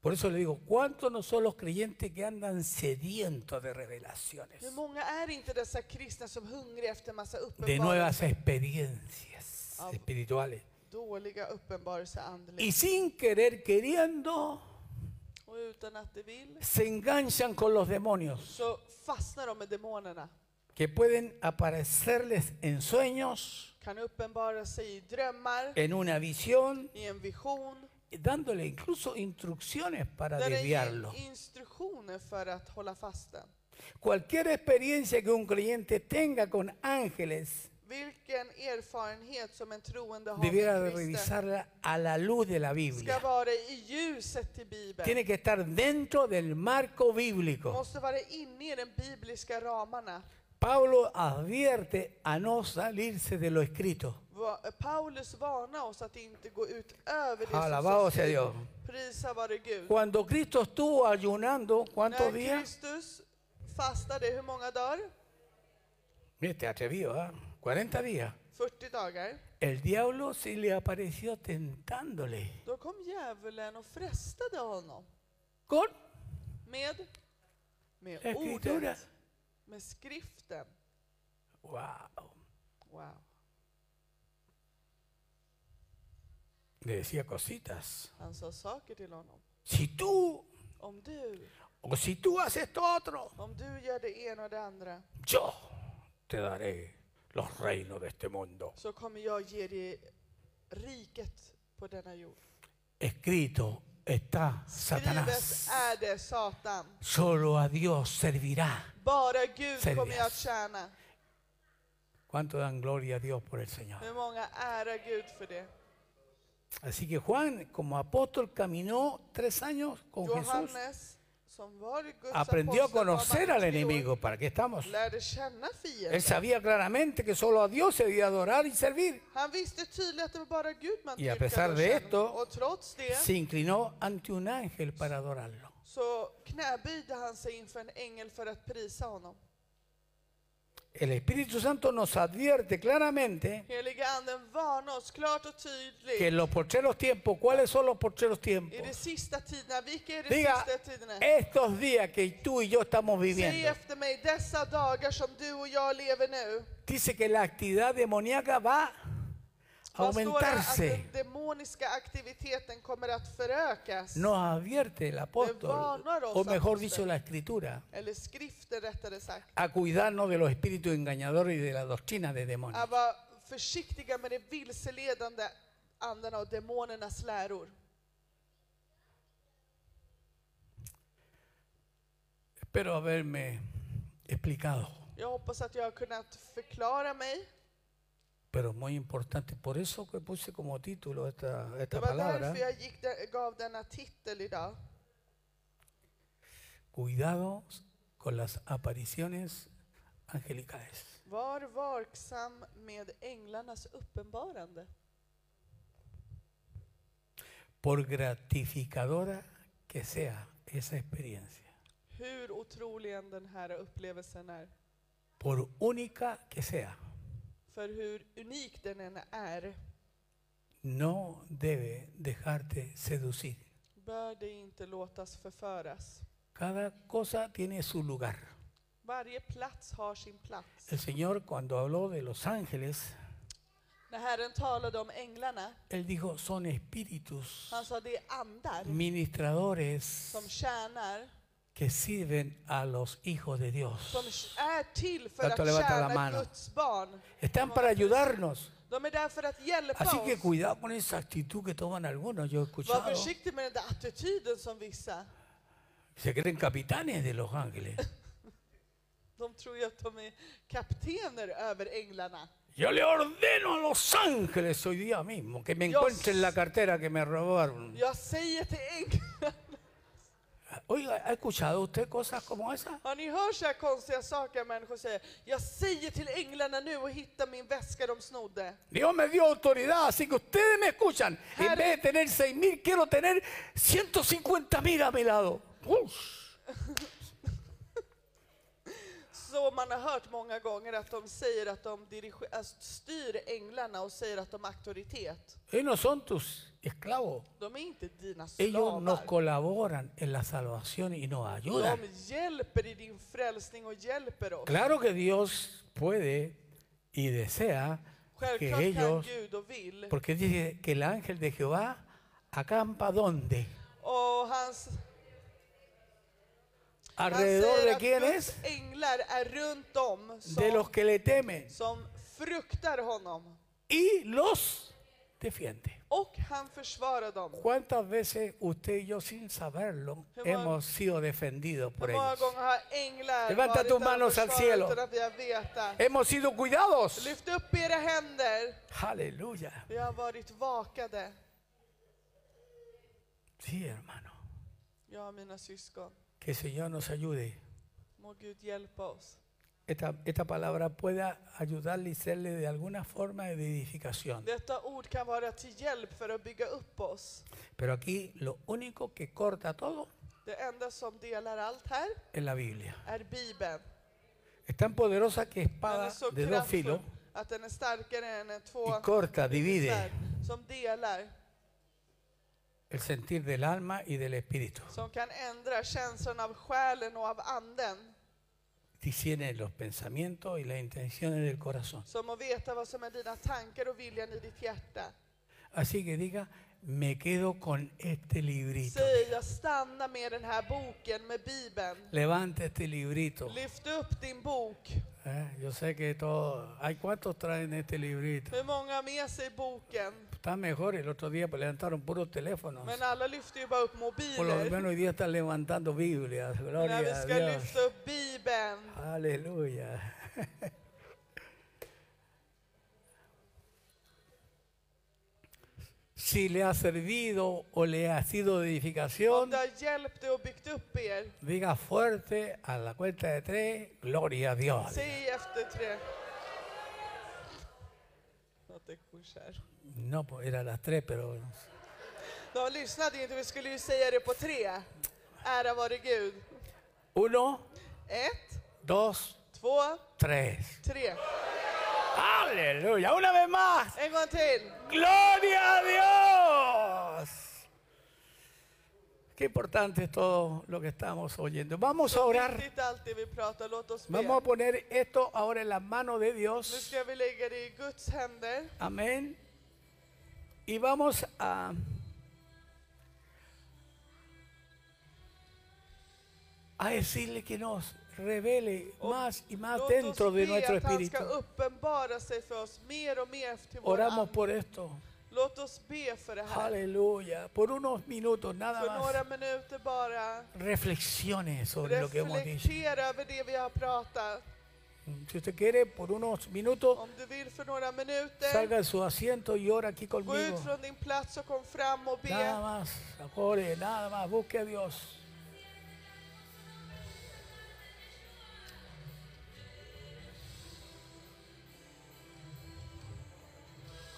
S1: Por eso le digo, ¿cuántos no son los creyentes que andan sedientos de revelaciones?
S2: Hur många är inte dessa kristna som hungrar efter massa
S1: de
S2: uppenbarelser?
S1: nuevas experiencias
S2: Ah,
S1: espirituales.
S2: Dåliga uppenbarelser
S1: Y
S2: andligt.
S1: sin querer queriendo,
S2: Och utan att de vill
S1: se enganchan con los demonios,
S2: så fastnar de med demonerna.
S1: que pueden aparecerles en sueños,
S2: Kan uppenbara sig i drömmar,
S1: en una visión,
S2: i en vision.
S1: dándole incluso instrucciones para
S2: Där den
S1: desviarlo.
S2: ger instruktioner för att hålla fast den.
S1: Cualquier experiencia que un creyente tenga con ángeles,
S2: Vilken erfarenhet som en troende har
S1: debiera
S2: med
S1: de
S2: Kristus
S1: revisarla a la luz de la
S2: ska
S1: Biblia.
S2: vara i ljuset till Bibeln.
S1: Tiene que estar dentro del marco bíblico.
S2: Måste vara inne i de bibliska ramarna.
S1: Pablo advierte a no salirse de lo escrito.
S2: Va- Paulus varnar oss att inte gå ut över det
S1: Alabado
S2: som
S1: sea Dios.
S2: Prisa vare Gud.
S1: Cuando Cristo estuvo ayunando, ¿cuántos
S2: När
S1: días?
S2: Kristus fastade hur många dagar?
S1: Viste, atrevido, ¿ah? 40 días.
S2: 40 dagar.
S1: El diablo se le apareció tentándole.
S2: Då kom djävulen och frestade honom
S1: Con
S2: med, med
S1: la escritura.
S2: ordet, med skriften.
S1: Wow.
S2: Wow.
S1: Le decía cositas.
S2: Han sa saker till honom.
S1: Si tú,
S2: Om du,
S1: o si tú haces esto otro,
S2: om du gör det ena och det andra
S1: yo te daré los reinos de este mundo.
S2: så kommer jag ge dig riket på denna jord.
S1: Escrito está
S2: Skrivet
S1: Satanás.
S2: är det Satan.
S1: Solo a Dios servirá.
S2: Bara Gud
S1: Säg
S2: kommer jag att
S1: yes.
S2: tjäna.
S1: ¿Cuánto dan gloria a Dios por el Señor?
S2: Hur många ärar Gud för det?
S1: Así que Juan, como apóstol, caminó tres años con Jesús.
S2: Johannes, som var Guds
S1: Oh, Aprendió a
S2: apostel, var
S1: conocer al
S2: man tre år,
S1: enemigo. ¿Para qué estamos?
S2: lärde känna fienden.
S1: Él sabía claramente que solo a Dios se debía adorar y servir.
S2: Han visste tydligt att det var bara Gud man
S1: Y a
S2: dyrkade
S1: pesar
S2: och
S1: de
S2: tjänade.
S1: esto,
S2: och trots det
S1: Se inclinó ante un ángel para adorarlo.
S2: så knäböjde han sig inför en ängel för att prisa honom.
S1: El Espíritu Santo nos advierte claramente
S2: Heliga anden varnar oss klart och tydligt.
S1: que en los porcheros tiempos, ¿cuáles son los porcheros
S2: I de
S1: tiempos?
S2: sista tiderna, vilka är de
S1: Diga,
S2: sista tiderna?
S1: estos días que tú y yo estamos
S2: Säg
S1: viviendo,
S2: efter mig, dessa dagar som du och jag lever nu.
S1: dice que la actividad demoníaca va a
S2: Vad står det att
S1: aumentarse.
S2: den demoniska aktiviteten kommer att förökas?
S1: Nos advierte el apóstol, o mejor dicho, la escritura,
S2: Eller skrifter rättare sagt.
S1: a cuidarnos de los espíritus engañadores y de la doctrina de
S2: Att
S1: demonios.
S2: vara försiktiga med de vilseledande andarna och demonernas läror.
S1: Espero haberme explicado,
S2: Jag hoppas att jag har kunnat förklara mig.
S1: pero muy importante. Por eso que puse como título esta,
S2: Det
S1: esta
S2: var
S1: palabra,
S2: därför jag gick där, gav denna titel idag.
S1: cuidado con las apariciones angelicales.
S2: Var vaksam med änglarnas uppenbarande.
S1: por gratificadora que sea esa experiencia,
S2: Hur otroligen den här upplevelsen är.
S1: por única que sea,
S2: För hur unik den än är
S1: no debe dejarte seducir.
S2: bör det inte låtas förföras.
S1: Cada cosa tiene su lugar.
S2: Varje plats har sin plats.
S1: El Señor cuando habló de los ángeles,
S2: När Herren talade om änglarna,
S1: Él dijo, son espíritus
S2: han sa det är andar
S1: ministradores
S2: som tjänar,
S1: que sirven a los hijos de
S2: som
S1: Dios.
S2: är till för
S1: Tanto
S2: att
S1: levanta la
S2: tjäna
S1: mano.
S2: Guds barn.
S1: Están para ayudarnos.
S2: De är där för att hjälpa
S1: Así que
S2: oss.
S1: cuidado con esa actitud que toman algunos. Yo he
S2: Var
S1: escuchado,
S2: försiktig med den där attityden som vissa.
S1: se creen capitanes de los ángeles.
S2: De tror ju att de är kaptener över änglarna.
S1: Yo le ordeno a los ángeles hoy día mismo que me
S2: Dios.
S1: encuentren la cartera que me robaron.
S2: Jag säger till änglarna,
S1: Oiga, ¿ha escuchado usted cosas como esas?
S2: har ni hört så här konstiga saker människor säger? Jag säger till änglarna nu och hitta min väska de snodde.
S1: Dios me dio autoridad, así que ustedes me escuchan. En
S2: Claro.
S1: vez de tener 6 mil, quiero tener 150 mil a mi lado. Ush.
S2: Så man har hört många gånger att de säger att de dirige- alltså styr änglarna och säger att de har auktoritet.
S1: Ellos no son tus esclavos.
S2: De är inte dina
S1: Ellos nos
S2: slavar.
S1: colaboran en la salvación y nos ayudan.
S2: De hjälper i din frälsning och hjälper oss.
S1: Claro que Dios puede y desea que
S2: Självklart kan
S1: ellos
S2: Gud och vill.
S1: Porque dice que el ángel de Jehová acampa dónde?
S2: Och hans, han
S1: ¿Alrededor
S2: säger
S1: de
S2: att
S1: quién
S2: Guds
S1: es?
S2: änglar är runt om
S1: De los
S2: som,
S1: que le temen
S2: som fruktar honom.
S1: y los defiende.
S2: Och han försvarar dem.
S1: ¿Cuántas veces usted y yo sin saberlo
S2: Hur många-
S1: hemos sido defendidos
S2: Hur
S1: por
S2: många
S1: ellos?
S2: gånger har änglar
S1: Levanta
S2: varit
S1: tus
S2: där och
S1: manos al
S2: försvarat
S1: cielo. Eh.
S2: utan att vi har vetat?
S1: Hemos sido cuidados.
S2: Lyft upp era händer.
S1: Aleluya.
S2: Vi har varit vakade,
S1: Sí, hermano.
S2: jag och mina syskon.
S1: Que el Señor nos ayude.
S2: Må Gud hjälpa oss.
S1: Esta, esta palabra pueda ayudarle y serle de alguna forma de edificación.
S2: Detta ord kan vara till hjälp för att bygga upp oss.
S1: Pero aquí lo único que corta todo
S2: Det enda som delar allt här
S1: es la Biblia.
S2: är Bibeln.
S1: Es tan poderosa que
S2: Den är
S1: espada
S2: så
S1: de dos filos
S2: kraftfull att den är starkare än en två
S1: y corta,
S2: svärd
S1: divide
S2: som delar,
S1: el sentir del alma y del espíritu.
S2: som kan ändra känslan av själen och av anden.
S1: Discierne los pensamientos y las intenciones del corazón.
S2: Som att veta vad som är dina tankar och viljan i ditt hjärta.
S1: Así que diga, me quedo con este librito.
S2: Säg, jag stannar med den här boken, med Bibeln.
S1: Levanta este librito.
S2: Lyft upp din bok.
S1: Eh, Yo sé que todos, hay cuántos traen este librito.
S2: Hur många har med sig boken?
S1: Está mejor, el otro día pues, levantaron puros teléfonos.
S2: Men alla lyfter ju bara upp
S1: Por lo menos
S2: mobiler.
S1: hoy día están levantando Biblias. Gloria
S2: När vi
S1: a
S2: ska
S1: Dios.
S2: lyfta upp Bibeln.
S1: Aleluya. Si le ha servido o le ha sido de
S2: Om
S1: edificación,
S2: det har hjälpt dig och byggt upp er,
S1: diga fuerte a la cuenta de tres, gloria a Dios.
S2: säg efter tre. Något är kors här.
S1: No, pues, era a las tres, pero
S2: De lyssnade inte, vi skulle ju säga det på tre. Ära vare Gud.
S1: Uno,
S2: Ett,
S1: dos,
S2: två,
S1: tres.
S2: tre.
S1: Aleluya. Una vez más.
S2: En gång till.
S1: Gloria a Dios. Qué importante es todo lo que estamos oyendo. Vamos a orar.
S2: Viktigt allt det vi pratar, låt oss
S1: Vamos a
S2: be.
S1: poner esto ahora en las manos de
S2: Nu
S1: Dios.
S2: ska vi lägga det i Guds händer.
S1: Amén. Y vamos a... A decirle que nos revele más y más
S2: Låt
S1: dentro
S2: oss
S1: de
S2: be
S1: nuestro
S2: att han
S1: espíritu.
S2: ska uppenbara sig för oss mer och mer till vår
S1: Oramos
S2: ande.
S1: por esto.
S2: Låt oss be för det här.
S1: Aleluya. Por unos minutos
S2: För
S1: nada
S2: några
S1: más.
S2: minuter bara.
S1: Reflexiones sobre lo que hemos dicho.
S2: Reflektera över det vi har pratat.
S1: Si usted quiere, por unos minutos,
S2: Om du vill för några
S1: salga
S2: minuter,
S1: de su asiento y ora aquí
S2: gå
S1: conmigo.
S2: ut från din plats och kom fram och
S1: Nada
S2: be.
S1: más, ore, nada más, busque a Dios.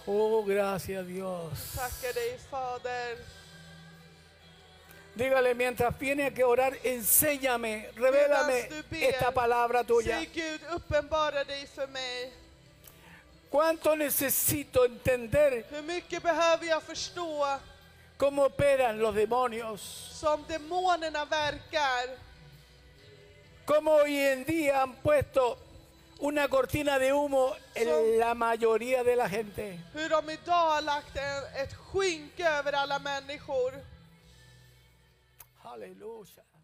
S1: Oh, gracias Dios.
S2: Tackar dig Fader.
S1: Dígale mientras tiene que orar, enséñame, revélame
S2: Mientras tú pides,
S1: esta palabra tuya.
S2: Säg Gud, uppenbara dig för mig.
S1: ¿Cuánto necesito entender
S2: Hur mycket behöver jag förstå
S1: cómo operan los demonios?
S2: som demonerna verkar?
S1: ¿Cómo hoy en día han puesto una cortina de humo en
S2: Son-
S1: la mayoría de la gente?
S2: Hur de idag har lagt en, ett skynke över alla människor.
S1: Aleluya.